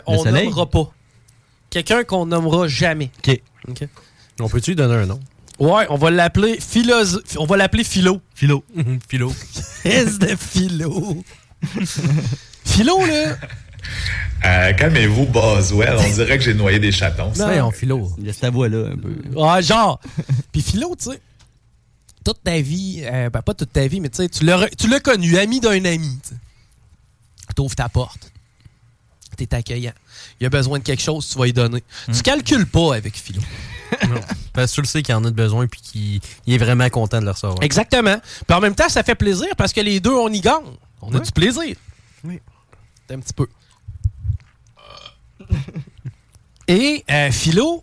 qu'on
soleil?
nommera pas. Quelqu'un qu'on nommera jamais.
OK.
On peut-tu lui donner un nom? Ouais, on va l'appeler philose... On va l'appeler Philo.
Philo.
philo. Qu'est-ce de Philo? philo, là!
Euh, Calmez-vous, Boswell. On dirait que j'ai noyé des chatons.
Non, on
philo.
Laisse ta voix là un peu.
Ouais, genre. Puis Philo, tu sais, toute ta vie, euh, ben pas toute ta vie, mais tu sais, tu l'as re- tu l'as connu, ami d'un ami. tu sais. T'ouvres ta porte. T'es accueillant. Il a besoin de quelque chose, tu vas lui donner.
Hmm.
Tu calcules pas avec Philo.
Parce que tu le sais qu'il en a de besoin puis qu'il il est vraiment content de le recevoir.
Exactement. Puis en même temps, ça fait plaisir parce que les deux, on y gagne. On a du plaisir.
Oui.
Un petit peu. Et euh, Philo,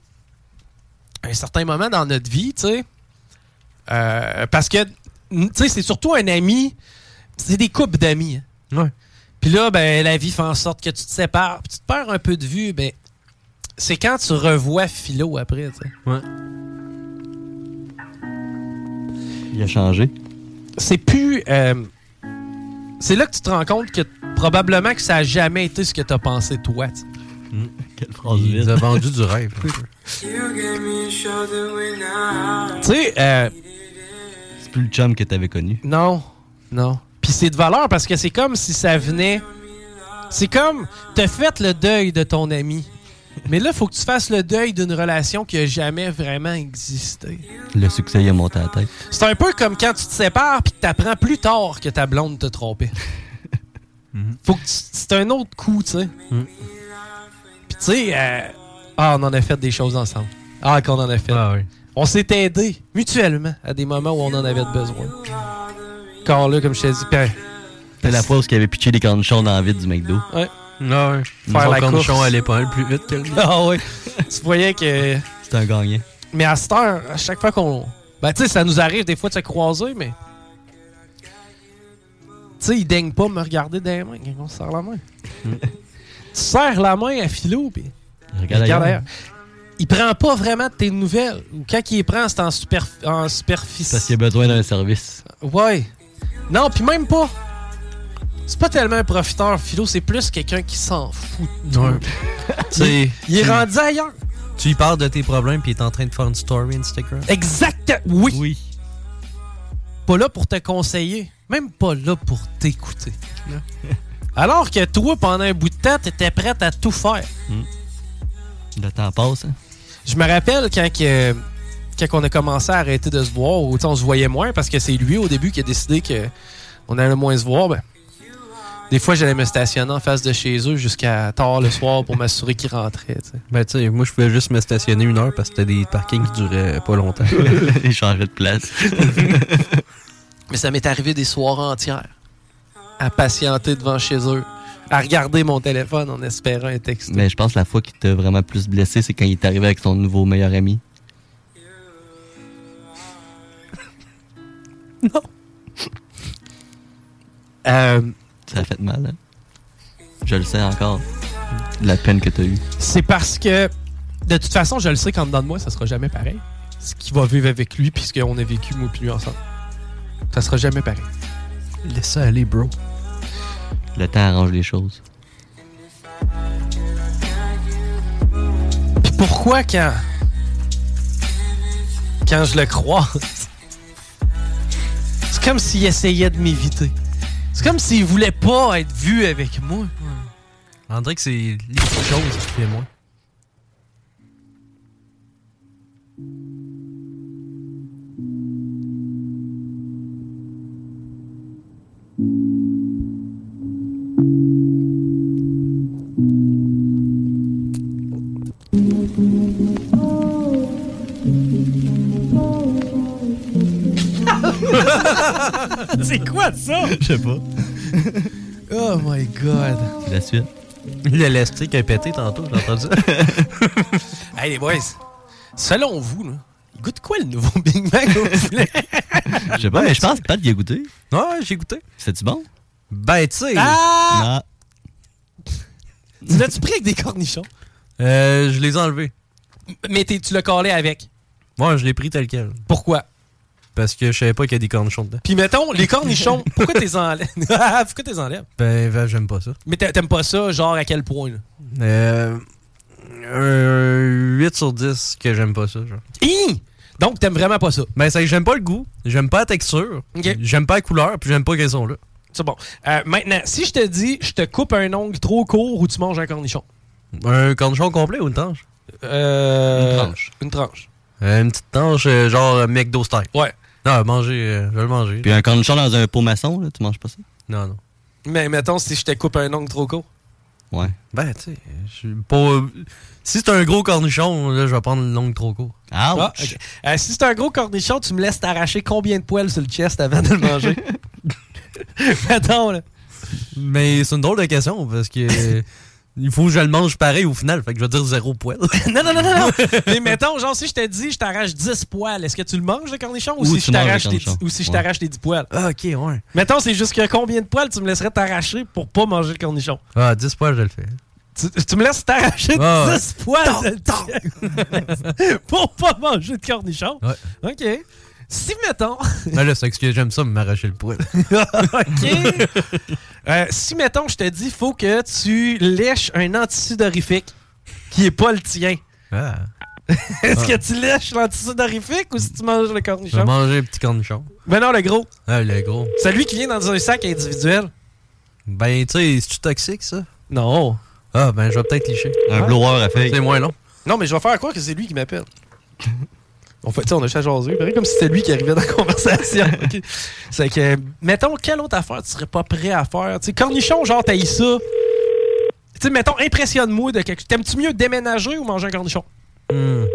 à un certain moment dans notre vie, tu sais, euh, parce que, tu sais, c'est surtout un ami, c'est des couples d'amis. hein. Puis là, ben, la vie fait en sorte que tu te sépares, puis tu te perds un peu de vue, ben, c'est quand tu revois Philo après, tu sais.
Il a changé.
c'est plus. euh, c'est là que tu te rends compte que probablement que ça a jamais été ce que t'as pensé toi. tu sais.
Quelle
phrase Hmm. Il nous a vendu du rêve.
Tu sais, euh,
C'est plus le chum que t'avais connu.
non, non. Puis c'est de valeur parce que c'est comme si ça venait. C'est comme t'as fait le deuil de ton ami. Mais là, faut que tu fasses le deuil d'une relation qui a jamais vraiment existé.
Le succès il est monté à la tête.
C'est un peu comme quand tu te sépares puis que t'apprends plus tard que ta blonde te trompait. Faut que tu- c'est un autre coup, tu sais. Puis tu sais, euh, ah, on en a fait des choses ensemble. Ah, qu'on en a fait. On s'est aidés mutuellement à des moments où on en avait besoin. Quand là, comme je t'ai dit, puis,
C'était la pause qu'il avait pitché les cornichons dans la vide du McDo.
ouais.
Non,
Faire la
cornichon
course.
allait pas mal plus vite que le
Ah oui. tu voyais que.
C'était un gagnant.
Mais à cette heure, à chaque fois qu'on. Ben, tu sais, ça nous arrive des fois de se croiser, mais. Tu sais, il daigne pas me regarder dans les mains quand on se serre la main. tu serres la main à Philo, puis.
Il regarde ailleurs.
ailleurs. Il prend pas vraiment de tes nouvelles. Ou quand il les prend, c'est en, super... en superficie.
Parce qu'il a besoin d'un service.
Ouais. Non, puis même pas. C'est pas tellement un profiteur, Philo, c'est plus quelqu'un qui s'en fout. de toi.
Mm. Tu-
Il est rendu ailleurs.
Tu lui parles de tes problèmes puis il est en train de faire une story Instagram.
Exact. Oui. Pas là pour te conseiller, même pas là pour t'écouter. Alors que toi, pendant un bout de temps, t'étais prête à tout faire.
Hmm. Le temps passe. hein.
Je me rappelle quand, que, quand on a commencé à arrêter de se voir, ou tu sais, on se voyait moins parce que c'est lui au début qui a décidé que on allait moins se voir. ben, des fois, j'allais me stationner en face de chez eux jusqu'à tard le soir pour m'assurer qu'ils rentraient. tu sais.
Ben, tu sais, moi, je pouvais juste me stationner une heure parce que c'était des parkings qui duraient pas longtemps.
il changeait de place.
Mais ça m'est arrivé des soirs entières à patienter devant chez eux, à regarder mon téléphone en espérant un texte.
Mais je pense que la fois qu'il t'a vraiment plus blessé, c'est quand il est arrivé avec son nouveau meilleur ami.
Euh,
Ça a fait mal, hein? Je le sais encore. La peine que t'as eue.
C'est parce que, de toute façon, je le sais qu'en dedans de moi, ça sera jamais pareil. Ce qu'il va vivre avec lui, puis ce qu'on a vécu, moi puis lui, ensemble. Ça sera jamais pareil. Laisse ça aller, bro.
Le temps arrange les choses.
Puis pourquoi quand... Quand je le croise... C'est comme s'il essayait de m'éviter. C'est comme s'il voulait pas être vu avec moi.
On dirait que c'est les petites choses qui fait moins.
C'est quoi ça?
Je sais pas.
Oh my god.
La suite.
Le lestri qui a pété tantôt, j'ai entendu ça.
Hey les boys, selon vous, là, il goûte quoi le nouveau Big Mac au poulet?
Je sais pas, mais je pense que Pat y a goûté.
Ouais, j'ai goûté.
C'était-tu bon?
Ben, tu sais.
Ah!
Ah!
Tu l'as-tu pris avec des cornichons?
Euh, je les ai enlevés.
Mais t'es- tu l'as collé avec.
Moi, je l'ai pris tel quel.
Pourquoi?
parce que je savais pas qu'il y a des cornichons dedans.
Puis mettons, les cornichons, pourquoi t'es enlèves? pourquoi t'es enlèves?
Ben, ben, j'aime pas ça.
Mais t'a- t'aimes pas ça, genre à quel point? là?
Euh, un 8 sur 10 que j'aime pas ça. Genre.
Donc, t'aimes vraiment pas ça?
Ben, c'est que j'aime pas le goût, j'aime pas la texture, j'aime pas la couleur, puis j'aime pas qu'elles sont là.
C'est bon. Euh, maintenant, si je te dis, je te coupe un ongle trop court ou tu manges un cornichon?
Un cornichon complet ou une tranche?
Euh,
Une tranche.
Une tranche.
Euh, une petite tranche, euh, genre euh, McDo style.
Ouais.
Non, manger, euh, je vais le manger.
Puis un cornichon dans un pot maçon, là, tu manges pas ça?
Non, non.
Mais mettons, si je te coupe un ongle trop court.
Ouais.
Ben, tu sais, je suis pas. euh, Si c'est un gros cornichon, là, je vais prendre l'ongle trop court.
Ah, ok. Euh, si c'est un gros cornichon, tu me laisses t'arracher combien de poils sur le chest avant de le manger? mettons, là.
Mais c'est une drôle de question parce que. Il faut que je le mange pareil au final, fait que je vais dire zéro poil.
Non, non, non, non, non. Mais mettons, genre, si je te dis, je t'arrache 10 poils, est-ce que tu le manges, le cornichon, ou,
Ou
si
tu
je t'arrache
manges le
les dix-
cornichon.
ou si je
Ouais.
t'arrache les 10 poils?
Ah, ok, ouais.
Mettons, c'est juste que combien de poils tu me laisserais t'arracher pour pas manger le cornichon?
Ah, 10 poils, je le fais.
Tu, me laisses t'arracher
Ah, ouais.
10 poils de chest pour pas manger de cornichon? OK. Si, mettons...
Non, là, c'est parce que j'aime ça, me m'arracher le poil.
OK. Euh, si, mettons, je te dis, faut que tu lèches un antisudorifique qui est pas le tien.
Ah.
Est-ce
Ah.
que tu lèches l'antisudorifique ou si tu manges le
Je vais
cornichon?
manger un petit cornichon.
Ben non, le gros.
Ah, le gros.
Celui qui vient dans un sac individuel.
Ben, tu sais, c'est-tu toxique, ça?
Non.
Ah, ben, je vais peut-être licher.
Un blower à feuilles.
C'est moins long.
Non, mais je vais faire croire que c'est lui qui m'appelle. On fait, tu sais, on a chat jasé. pareil comme si c'était lui qui arrivait dans la conversation. OK. C'est que, mettons, quelle autre affaire tu serais pas prêt à faire? Tu sais, cornichon, genre, t'as ça. Tu sais, mettons, impressionne-moi de quelque chose. T'aimes-tu mieux déménager ou manger un cornichon?
Hmm.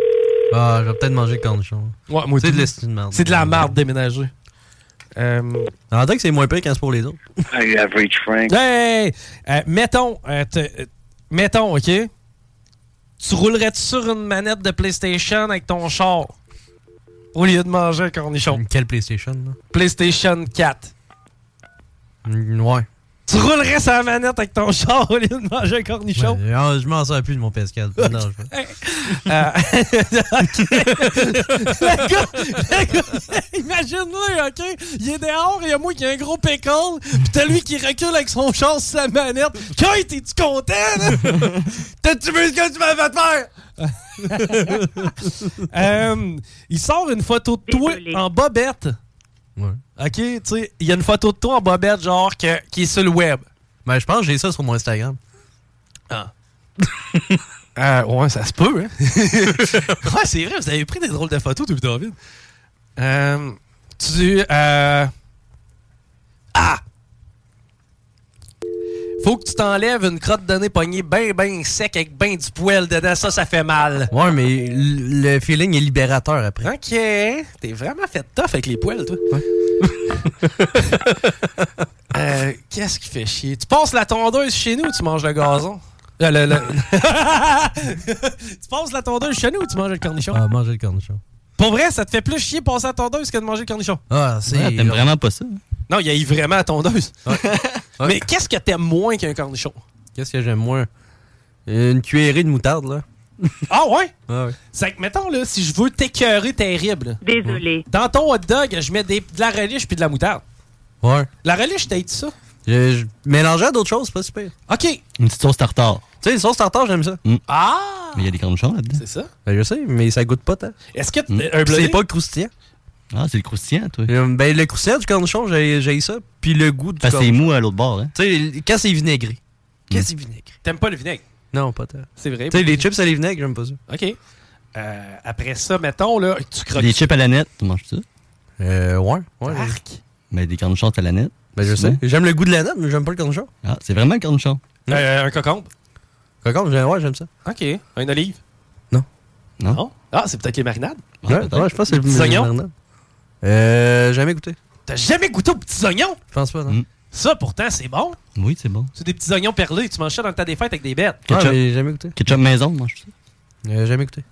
Ah, je vais peut-être manger le cornichon.
Ouais, moi
C'est
tout.
de l'estime de merde.
C'est de la marde déménager. Euh...
On dirait que c'est moins pire quand c'est pour les autres.
Average Frank.
Hey! Euh, mettons, euh, te- euh, mettons, OK? Tu roulerais-tu sur une manette de PlayStation avec ton char au lieu de manger un cornichon?
Quelle PlayStation, là?
PlayStation 4.
Hmm, ouais.
Tu roulerais sur la manette avec ton char au lieu de manger un cornichon?
Ouais, ah, je m'en sers plus de mon PS4. Non, je vais-
Euh, OK. le gars, le gars, imagine-le, OK? Il est dehors, il y a moi qui ai un gros pickle, pis t'as lui qui recule avec son char sur sa manette. Kate, t'es-tu content, là? T'as-tu vu ce que tu m'avais fait faire? Euh, il sort une photo de toi en bobette.
Ouais.
OK, tu sais, il y a une photo de toi en bobette, genre, que- qui est sur le web.
Ben, je pense que j'ai ça sur mon Instagram.
Ah. Euh, ouais, ça se peut, hein? ouais, c'est vrai, vous avez pris des drôles de photos, tout David. Euh, tu. euh, Ah! Faut que tu t'enlèves une crotte de nez poignée ben, ben sec avec ben du poil dedans. Ça, ça fait mal.
Ouais, mais l- le feeling est libérateur après.
OK. T'es vraiment fait tough avec les poils, toi. Euh, Qu'est-ce qui fait chier? Tu passes la tondeuse chez nous ou tu manges le gazon? Euh, le- le- tu passes la tondeuse chez nous ou tu manges le cornichon?
Ah, manger le cornichon.
Pour vrai, ça te fait plus chier passer la tondeuse que de manger le cornichon.
Ah, c'est.
Ouais, t'aimes vraiment pas ça?
Non, il y a eu vraiment la tondeuse. Mais qu'est-ce que t'aimes moins qu'un cornichon?
Qu'est-ce que j'aime moins? Une cuillerée de moutarde, là.
Ah ouais?
Ah, ouais.
C'est que, mettons, là, si je veux t'écœurer terrible. Désolé. Dans ton hot dog, je mets des- de la relish puis de la moutarde.
Ouais.
La relish, t'as ça?
Je, je mélangeais à d'autres choses, c'est pas super.
OK.
Une petite sauce tartare.
Tu sais, les sauces tartare, j'aime ça.
Mm.
Ah!
Mais il y a des cornichons là-dedans.
C'est ça?
Ben, je sais, mais ça goûte pas tant.
Est-ce que
Mm. un
Puis
bleuté?
c'est pas croustillant?
Ah, c'est le croustillant, toi.
Euh, Ben, le croustillant du cornichon, j'ai j'ai ça. Puis le goût du
Parce que c'est
cornichon.
mou à l'autre bord, hein?
Tu sais, quand c'est vinaigré. Quand c'est vinaigré.
T'aimes pas le vinaigre?
Non, pas tant.
C'est vrai.
Mm. Tu sais, les chips à les vinaigres, j'aime pas ça.
OK. Euh, après ça, mettons, là, tu croques.
Des chips à la nette, tu manges ça?
Euh, ouais. ouais
Ah,
Mais des cornichons à la nette.
Ben, je sais. J'aime le goût de la note, mais j'aime pas le cornichon.
Ah, c'est vraiment le cornichon.
Euh, un cocombe.
Cocombe, j'aime- ouais, j'aime ça.
OK. Une olive.
Non.
Non.
Ah, c'est peut-être les marinades.
Ouais, ouais, je pense que c'est
Les petits
le
oignons.
marinade. Euh, jamais goûté.
T'as jamais goûté aux petits oignons?
Je pense pas, non.
Ça, pourtant, c'est bon.
Oui, c'est bon.
C'est des petits oignons perlés. Tu manges ça dans le temps des fêtes avec des bêtes.
Ouais, Ah, mais jamais goûté.
Ketchup maison, mange ça.
Euh, jamais goûté.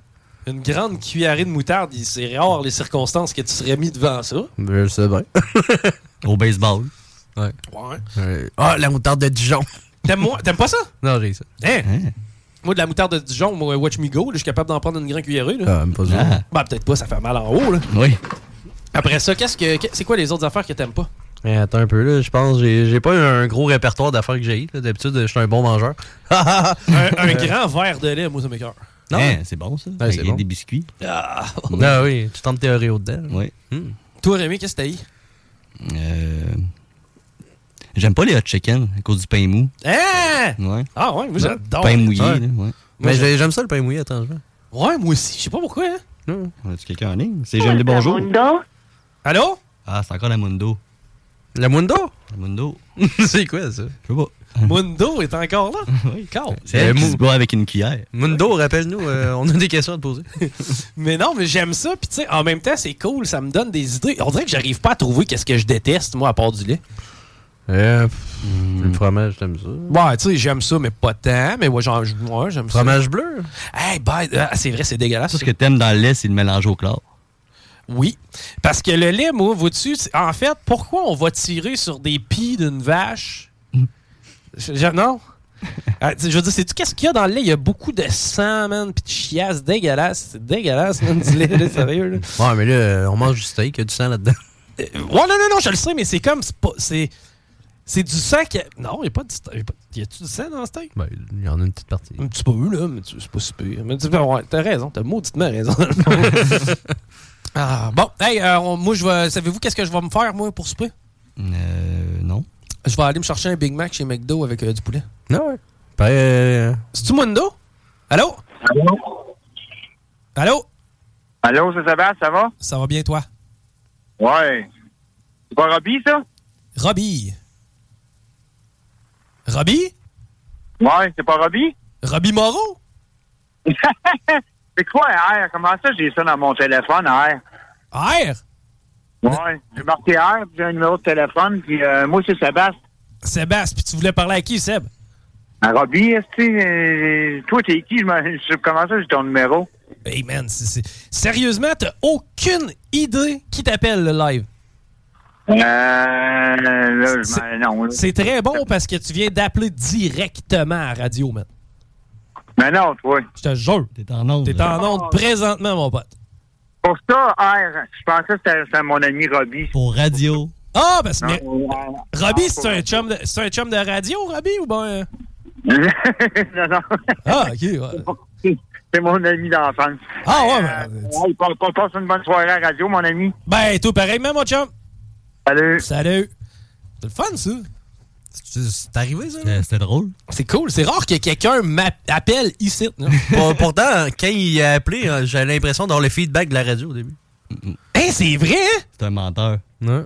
Une grande cuillerée de moutarde, il- c'est rare les circonstances que tu serais mis devant ça.
Ben, je sais bien.
Au baseball.
Ouais.
Ouais.
Euh, Ah, la moutarde de Dijon.
T'aimes moi- t'aimes pas ça?
Non, j'ai ça.
Hein? Moi, de la moutarde de Dijon, moi, Watch Me Go, là, Bah, je suis capable d'en prendre une grande cuillerée. Là.
Ah, me pas ça.
Ben, peut-être pas, ça fait mal en haut. Là.
Oui.
Après ça, qu'est-ce que que- c'est quoi les autres affaires que t'aimes pas?
Eh, attends un peu, là. Je pense que j'ai- j'ai pas un gros répertoire d'affaires que j'ai. là. D'habitude, je suis un bon mangeur.
un, un grand verre de lait, moi, ça m'écoeure.
Non.
Hein, c'est bon, ça.
Ouais,
Avec
c'est bon. Ben,
des biscuits.
Ah,
Ah oui, tu tentes tes Oreos dedans.
Oui.
Toi, Rémi, qu'est-ce que t'as eu?
Euh, J'aime pas les hot chicken à cause du pain mou.
Hein?
Ouais.
Ah ouais, moi, j'adore.
Pain mouillé,
Ouais.
là, ouais.
Mais j'ai- j'aime ça le pain mouillé, attends.
Ouais, moi aussi. Je sais pas pourquoi, hein?
On a-tu quelqu'un en ligne? C'est J'aime les bonjours.
Allô?
Ah, c'est encore la Mundo.
La Mundo?
La Mundo.
c'est quoi ça?
Je sais pas.
Mundo est encore là? oui, encore.
C'est
Euh,
elle qui se boit avec une cuillère.
Mundo, rappelle-nous, euh, on a des questions à te poser.
Mais non, mais j'aime ça. Puis, tu sais, en même temps, c'est cool. Ça me donne des idées. On dirait que j'arrive pas à trouver qu'est-ce que je déteste, moi, à part du lait.
Euh, pff,
Mm.
Le fromage, j'aime ça.
Ouais, tu sais, j'aime ça, mais pas tant. Mais ouais, genre, ouais, j'aime ça.
Fromage bleu?
Hey, ben, ah, c'est vrai, c'est dégueulasse.
Tout ce que t'aimes dans le lait, c'est le mélange au chlore.
Oui. Parce que le lait, moi, vois-tu, c'est- en fait, pourquoi on va tirer sur des pieds d'une vache? Je- je- non? Ah, tu- je veux dire, sais-tu qu'est-ce qu'il y a dans le lait? Il y a beaucoup de sang, man, pis de chiasse dégueulasse. C'est dégueulasse, man, du lait, là, sérieux, là.
Ouais, mais là, euh, on mange du steak, il y a du sang là-dedans.
Ouais, non, non, non, je le sais, mais c'est comme, c'est pas, c'est... C'est du sang qui... a- Non, il n'y a pas de... steak- y a pas- Y a-tu du sang dans le steak?
Ben, il y en a une petite partie.
Un petit peu, là, mais tu- c'est pas si pire. Mais tu ouais, t'as raison, t'as mauditement raison. ah, bon, hey, euh, on- moi, je vais... Savez-vous qu'est-ce que je vais me faire, moi, pour souper?
Euh, non. Ah
Je vais aller me chercher un Big Mac chez McDo avec euh, du poulet.
Non, ouais. Ben, euh,
C'est-tu Mundo? Allô? Allô? Allô?
Allô, c'est Sébastien, ça va?
Ça va bien, toi?
Ouais. C'est pas Robbie, ça?
Robbie. Robbie?
Ouais, c'est pas Robbie?
Robbie Moreau?
c'est quoi R? Comment ça, j'ai ça dans mon téléphone, R?
R?
Ouais, j'ai marqué R, puis j'ai un numéro de téléphone, puis euh, moi, c'est Sébastien.
Sébastien, puis tu voulais parler à qui, Seb?
Ah, Robbie, est-ce que euh, toi, t'es qui? Je me- je- Comment ça, j'ai ton numéro?
Hey, man, c'est- c'est- sérieusement, t'as aucune idée qui t'appelle le live.
Euh, là, je
C'est-
m'en- non. là.
C'est très bon parce que tu viens d'appeler directement à la radio, man.
Mais Ben non, toi.
Je te jure.
T'es en onde.
T'es en onde présentement, mon pote.
Pour ça, ah. R, je pensais que c'était c'était mon ami Robbie.
Pour radio.
Ah, parce que.
Non,
mais-
euh,
Robbie, c'est un, chum de- c'est un chum de radio, Robbie, ou ben. euh?
non, non.
Ah, ok. ouais.
C'est mon ami d'enfance. Euh,
Ah, ouais, ben,
Ouais, passe- passe- passe une bonne soirée à la radio, mon ami.
Ben, tout pareillement, mon chum.
Salut.
Salut. C'est le fun, ça. C'est arrivé, ça?
Euh, C'était drôle.
C'est cool. C'est rare que quelqu'un m'appelle ici. non?
Pour- pourtant, quand il a appelé, hein, j'ai l'impression d'avoir le feedback de la radio au début.
Hein, c'est vrai? hein?
C'est un menteur.
Ouais.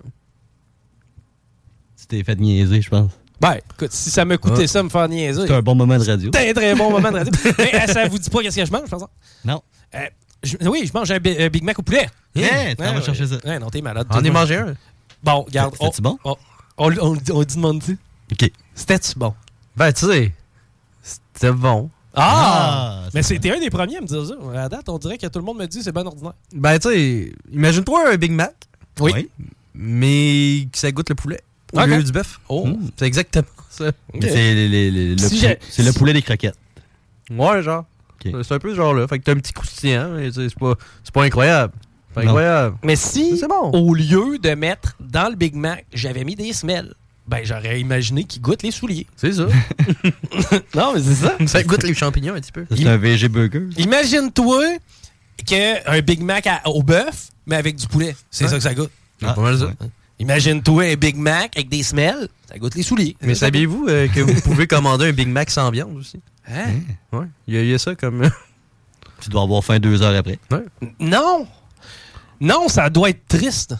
Tu t'es fait niaiser, je pense.
Ben, écoute, si ça me coûtait
Ouais.
ça me faire niaiser.
C'était Ah. un bon moment de radio.
C'était un très bon moment de radio. Mais euh, ça vous dit pas qu'est-ce que je mange, par exemple?
Non.
Euh, je- oui, je mange un, Bi- un Big Mac au poulet.
Hein, t'en vas chercher ça.
Ouais, non, t'es malade.
On en a mangé un.
Bon, regarde.
C'était-tu
bon?
On, on, on, on dit demande-tu?
OK.
C'était-tu bon?
Ben, tu sais, c'était bon.
Ah! Mais c'était un des premiers à me dire ça. À date, on dirait que tout le monde me dit c'est ben ordinaire.
Ben, tu sais, imagine-toi un Big Mac.
Oui.
Mais que ça goûte le poulet au
Ok.
lieu du bœuf.
Oh.
C'est exactement ça.
Mais C'est les- les- les- le,
Si
pou-
j'ai-
c'est le poulet des croquettes.
Ouais, genre. C'est un peu ce genre-là. Fait que t'as un petit croustillant, mais tu sais, c'est pas, c'est pas incroyable. C'est pas incroyable.
Mais si, au lieu de mettre dans le Big Mac, j'avais mis des semelles, ben j'aurais imaginé qu'il goûte les souliers.
C'est ça.
non, mais c'est ça.
Ça goûte les champignons un petit peu.
Ça, C'est un VG burger.
Mhm. Imagine-toi qu'un Big Mac à- au bœuf, mais avec du poulet. C'est ça que ça goûte.
Pas mal ça.
Imagine-toi un Big Mac avec des semelles, ça goûte les souliers.
Mais
Ça goûte-
saviez-vous euh, que vous pouvez commander un Big Mac sans viande aussi?
Hein?
Ouais. Il y, a- il y a ça comme. euh,
Tu dois avoir faim deux heures après.
Non! Non, ça doit être triste.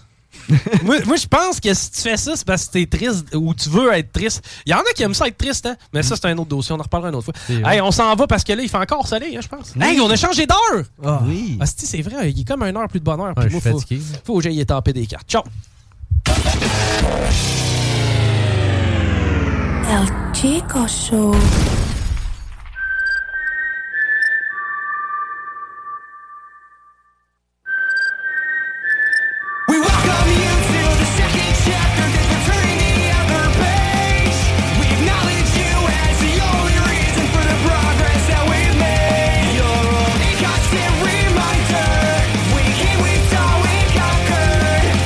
moi, moi, je pense que si tu fais ça, c'est parce que t'es triste ou tu veux être triste. Il y en a qui aiment ça être triste, hein? Mais ça, c'est un autre dossier. On en reparlera une autre fois.
Mm. vrai.
Hey, on s'en va parce que là, il fait encore soleil, hein, je pense.
Oui.
Hey, on a changé d'heure!
Oui.
Ah, c'est vrai, il est comme une heure plus de bonheur.
Ouais,
Puis
je
moi,
suis
faut,
fatigué.
faut que j'aille étamper des cartes. Ciao!
El Chico Show.
Constant reminder, we can't wait till we conquer.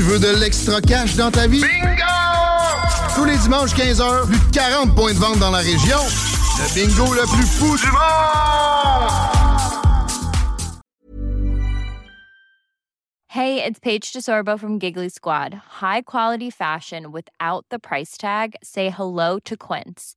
veux de l'extra cash dans ta vie? Bingo! Tous les dimanches 15h, plus de 40 points de vente dans la région. Le bingo le plus fou du monde!
Hey, it's Paige DeSorbo from Giggly Squad. High quality fashion without the price tag. Say hello to Quince.